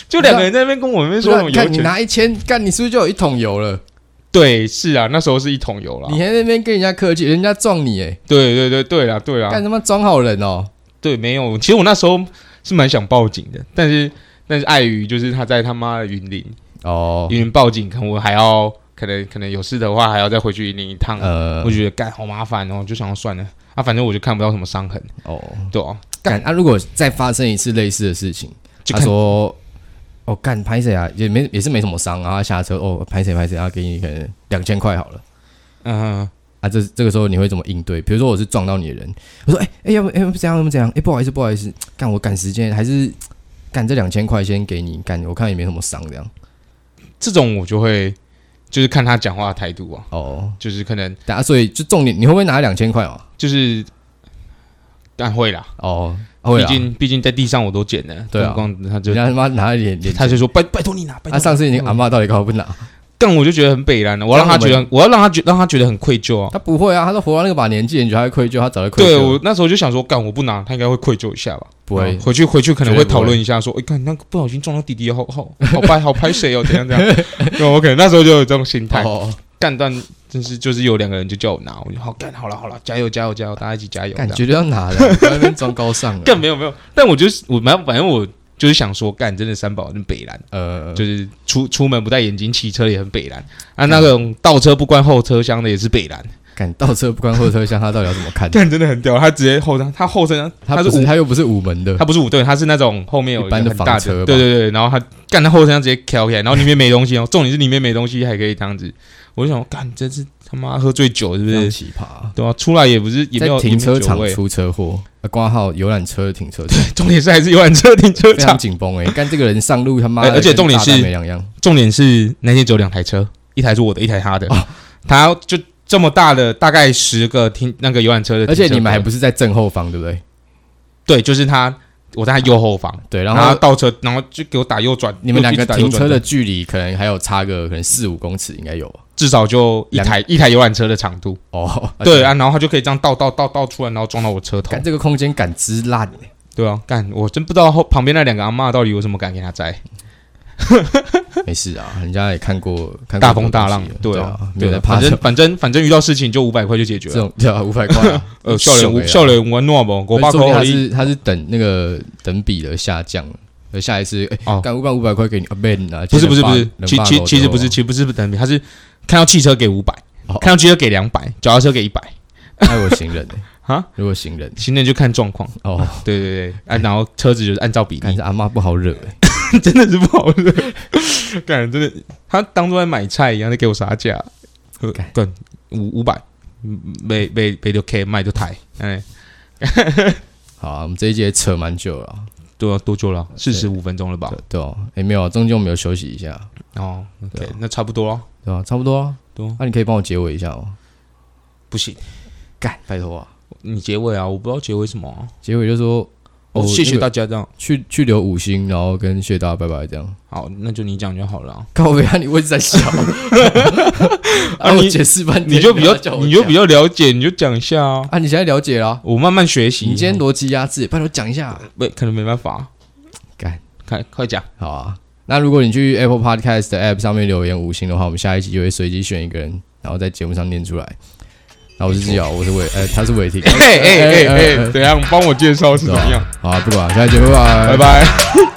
[SPEAKER 1] 就两个人在那边跟我们那边说什么
[SPEAKER 2] 那
[SPEAKER 1] 油
[SPEAKER 2] 啊看你
[SPEAKER 1] 钱，
[SPEAKER 2] 拿一千，干你是不是就有一桶油了？
[SPEAKER 1] 对，是啊，那时候是一桶油啦，
[SPEAKER 2] 你还在那边跟人家客气，人家撞你哎、
[SPEAKER 1] 对对对对啦对啦，
[SPEAKER 2] 干他妈装好人哦、
[SPEAKER 1] 对，没有。其实我那时候是蛮想报警的，但是但是碍于就是他在他妈的云林，
[SPEAKER 2] 哦，
[SPEAKER 1] 云林报警，可能我还要可能可能有事的话还要再回去云林一趟，啊
[SPEAKER 2] 呃
[SPEAKER 1] 我，觉得干好麻烦哦，就想要算了啊，反正我就看不到什么伤痕，
[SPEAKER 2] 哦，
[SPEAKER 1] 对哦、
[SPEAKER 2] 干啊！如果再发生一次类似的事情，
[SPEAKER 1] 就
[SPEAKER 2] 他
[SPEAKER 1] 看
[SPEAKER 2] 说：“哦，干拍谁啊？也没也是没什么伤啊。”然后他下车哦，拍谁拍谁，然后给你可能两千块好了
[SPEAKER 1] 嗯、
[SPEAKER 2] 啊。这这个时候你会怎么应对？比如说我是撞到你的人，我说：“哎、哎、要不哎、要不这样，要不这样？哎、不好意思，不好意思，干我赶时间，还是干这两千块先给你干，我看也没什么伤这样。
[SPEAKER 1] 这种我就会就是看他讲话的态度啊，”
[SPEAKER 2] 哦，
[SPEAKER 1] 就是可能
[SPEAKER 2] 大家、所以就重点，你会不会拿两千块哦？
[SPEAKER 1] 就是但会啦，
[SPEAKER 2] 哦，会
[SPEAKER 1] 毕
[SPEAKER 2] 啊，
[SPEAKER 1] 竟毕竟在地上我都捡了，
[SPEAKER 2] 对啊
[SPEAKER 1] 光光他就
[SPEAKER 2] 人家他妈拿一点点，
[SPEAKER 1] 他就说拜拜托你拿，拜
[SPEAKER 2] 他、
[SPEAKER 1] 托
[SPEAKER 2] 啊、
[SPEAKER 1] 你
[SPEAKER 2] 上次你那个阿妈到底搞不拿？
[SPEAKER 1] 干我就觉得很北然了，我要让他觉
[SPEAKER 2] 这
[SPEAKER 1] 得，我要让他觉让他觉得很愧疚啊。
[SPEAKER 2] 他不会啊，他都活到那个把年纪，你觉得他会愧疚？他早就愧疚。
[SPEAKER 1] 对我那时候就想说，干我不拿，他应该会愧疚一下吧？
[SPEAKER 2] 不会
[SPEAKER 1] 嗯回去回去可能会
[SPEAKER 2] 绝对不会
[SPEAKER 1] 讨论一下，说，哎，看那个不小心撞到弟弟，好好好拍好拍谁哦，怎样怎样？对，我可 *laughs* 能那时候就有这种心态。
[SPEAKER 2] 哦，
[SPEAKER 1] 干但真是就是有两个人就叫我拿，我就好干好了好了，加油加油加油，大家一起加油。
[SPEAKER 2] 感
[SPEAKER 1] 这样
[SPEAKER 2] 觉就要拿
[SPEAKER 1] *laughs*
[SPEAKER 2] 的，在那边装高尚了。
[SPEAKER 1] 干没有没有，但我就是我蛮反正我就是想说，干真的三宝很北蓝，
[SPEAKER 2] 呃，
[SPEAKER 1] 就是出出门不戴眼镜，骑车也很北蓝啊，那种倒车不关后车厢的也是北蓝。
[SPEAKER 2] 敢倒车不关后车厢，他到底要怎么看？
[SPEAKER 1] 干真的很屌，他直接后 *laughs* 他后身
[SPEAKER 2] 他
[SPEAKER 1] 是
[SPEAKER 2] 不
[SPEAKER 1] 五
[SPEAKER 2] 是他又不是五门的
[SPEAKER 1] 他，不是五吨，他是那种后面有
[SPEAKER 2] 一般的
[SPEAKER 1] 很大
[SPEAKER 2] 房车吧
[SPEAKER 1] 对对对，然后他干他后车厢直接挑起来，然后里面没东西哦， *laughs* 重点是里面没东西还可以这样子，我就想干这是他妈喝醉酒是不
[SPEAKER 2] 非常
[SPEAKER 1] 是？
[SPEAKER 2] 奇葩啊。
[SPEAKER 1] 对啊，出来也不是也没
[SPEAKER 2] 在
[SPEAKER 1] 有
[SPEAKER 2] 停车场
[SPEAKER 1] 也没有酒味，
[SPEAKER 2] 出车祸，呃挂号游览车停
[SPEAKER 1] *laughs*
[SPEAKER 2] 车场，
[SPEAKER 1] 重点是还是游览车停车
[SPEAKER 2] 非常
[SPEAKER 1] 场，
[SPEAKER 2] 紧绷哎。干这个人上路他妈的，
[SPEAKER 1] 哎而且重点是
[SPEAKER 2] 跟大蛋没两样。
[SPEAKER 1] 重点是那天只有两台车，一台是我的，一台他的，
[SPEAKER 2] 哦
[SPEAKER 1] 他就这么大的大概十个停那个游览车的
[SPEAKER 2] 而
[SPEAKER 1] 停车格，
[SPEAKER 2] 且你们还不是在正后方，对不对？
[SPEAKER 1] 对，就是他我在他右后方，
[SPEAKER 2] 对，然
[SPEAKER 1] 然后
[SPEAKER 2] 后
[SPEAKER 1] 倒车，然后就给我打右转，
[SPEAKER 2] 你们两
[SPEAKER 1] 右啊
[SPEAKER 2] 个
[SPEAKER 1] 一直打右
[SPEAKER 2] 停
[SPEAKER 1] 转
[SPEAKER 2] 车的距离可能还有差个可能四五公尺，应该有吧
[SPEAKER 1] 至少就一台一台游览车的长度。
[SPEAKER 2] 哦。
[SPEAKER 1] 对，啊，然后他就可以这样倒倒倒倒出来，然后撞到我车头
[SPEAKER 2] 干。这个空间感之烂，欸
[SPEAKER 1] 对啊，干，我真不知道后旁边那两个阿嬷到底有什么敢给他摘。
[SPEAKER 2] 没事啊，人家也看过看过
[SPEAKER 1] 大风大浪
[SPEAKER 2] 很多，东西
[SPEAKER 1] 对
[SPEAKER 2] 了对
[SPEAKER 1] 啊，
[SPEAKER 2] 没
[SPEAKER 1] 对
[SPEAKER 2] 有在
[SPEAKER 1] 啊，
[SPEAKER 2] 怕
[SPEAKER 1] 反
[SPEAKER 2] 这
[SPEAKER 1] 正反正反正遇到事情就五百块就解决
[SPEAKER 2] 这
[SPEAKER 1] 了。
[SPEAKER 2] 种对啊，五百块啊，
[SPEAKER 1] *laughs* 呃，笑脸
[SPEAKER 2] 很
[SPEAKER 1] 无
[SPEAKER 2] 秀欸啊
[SPEAKER 1] 笑脸无诺不，我爸
[SPEAKER 2] 说不
[SPEAKER 1] 扣
[SPEAKER 2] 定他
[SPEAKER 1] 我一
[SPEAKER 2] 是他是等那个等比的下降了，而下一次哎，
[SPEAKER 1] 哦
[SPEAKER 2] 干五百五百块给你啊，man 啊，
[SPEAKER 1] 不是不是
[SPEAKER 2] 能
[SPEAKER 1] 不
[SPEAKER 2] 发
[SPEAKER 1] 是，
[SPEAKER 2] 能
[SPEAKER 1] 其
[SPEAKER 2] 发
[SPEAKER 1] 其
[SPEAKER 2] 楼
[SPEAKER 1] 其实
[SPEAKER 2] 的
[SPEAKER 1] 不是，
[SPEAKER 2] 哦
[SPEAKER 1] 其实不是不等比，他是看到汽车给五百
[SPEAKER 2] 哦，
[SPEAKER 1] 看到汽车给两百，脚踏车给一百
[SPEAKER 2] 那我行人
[SPEAKER 1] *laughs*
[SPEAKER 2] 欸
[SPEAKER 1] 啊。
[SPEAKER 2] 如果行人
[SPEAKER 1] 行人就看状况，
[SPEAKER 2] 哦，
[SPEAKER 1] 对对对，啊，然后车子就是按照比
[SPEAKER 2] 感
[SPEAKER 1] 例，
[SPEAKER 2] 觉阿妈不好惹欸
[SPEAKER 1] *laughs* 真的是不好惹，感觉真的，他当做在买菜一样在给我杀价，呃
[SPEAKER 2] 干
[SPEAKER 1] 干五五百，嗯每每每六 K 卖就台，哎，
[SPEAKER 2] 好啊，我们这一节扯蛮久了啊，
[SPEAKER 1] 对啊，多久了？四十五分钟了吧
[SPEAKER 2] 对？对哦，哎没有啊，中间我们有休息一下，
[SPEAKER 1] 哦，OK，
[SPEAKER 2] 对啊
[SPEAKER 1] 那差不多了，
[SPEAKER 2] 对吧？差不多啊，
[SPEAKER 1] 对啊
[SPEAKER 2] 那你可以帮我结尾一下哦，
[SPEAKER 1] 不行，
[SPEAKER 2] 干，拜托啊，
[SPEAKER 1] 你结尾啊，我不知道结尾什么啊，
[SPEAKER 2] 结尾就说
[SPEAKER 1] 哦，谢谢
[SPEAKER 2] 那个
[SPEAKER 1] 大家这样，
[SPEAKER 2] 去去留五星，然后跟谢大家拜拜这样。
[SPEAKER 1] 好，那就你讲就好了
[SPEAKER 2] *laughs*
[SPEAKER 1] 啊，
[SPEAKER 2] 靠背啊，你我一直
[SPEAKER 1] *laughs*
[SPEAKER 2] 在笑，啊，
[SPEAKER 1] 你
[SPEAKER 2] 我解释半天，
[SPEAKER 1] 你就比较
[SPEAKER 2] 然后叫我
[SPEAKER 1] 你就比
[SPEAKER 2] 讲
[SPEAKER 1] 较了解，你就讲一下啊，
[SPEAKER 2] 啊，你现在了解了，
[SPEAKER 1] 我慢慢学习，哦
[SPEAKER 2] 你今天逻辑压制，拜托讲一下，
[SPEAKER 1] 没可能没办法，
[SPEAKER 2] 干
[SPEAKER 1] 快快讲，
[SPEAKER 2] 好啊。那如果你去 Apple Podcast 的 App 上面留言五星的话，我们下一集就会随机选一个人，然后在节目上念出来。然后我是纪瑶，我是伟，呃，他是伟霆，
[SPEAKER 1] 哎哎哎
[SPEAKER 2] *laughs* 哎哎
[SPEAKER 1] 哎，怎样？帮我介绍是
[SPEAKER 2] 是
[SPEAKER 1] *laughs* 怎
[SPEAKER 2] 吧
[SPEAKER 1] 么
[SPEAKER 2] *laughs*
[SPEAKER 1] 样？？
[SPEAKER 2] 好啊，不管，下一集拜
[SPEAKER 1] 拜
[SPEAKER 2] 拜，
[SPEAKER 1] 拜。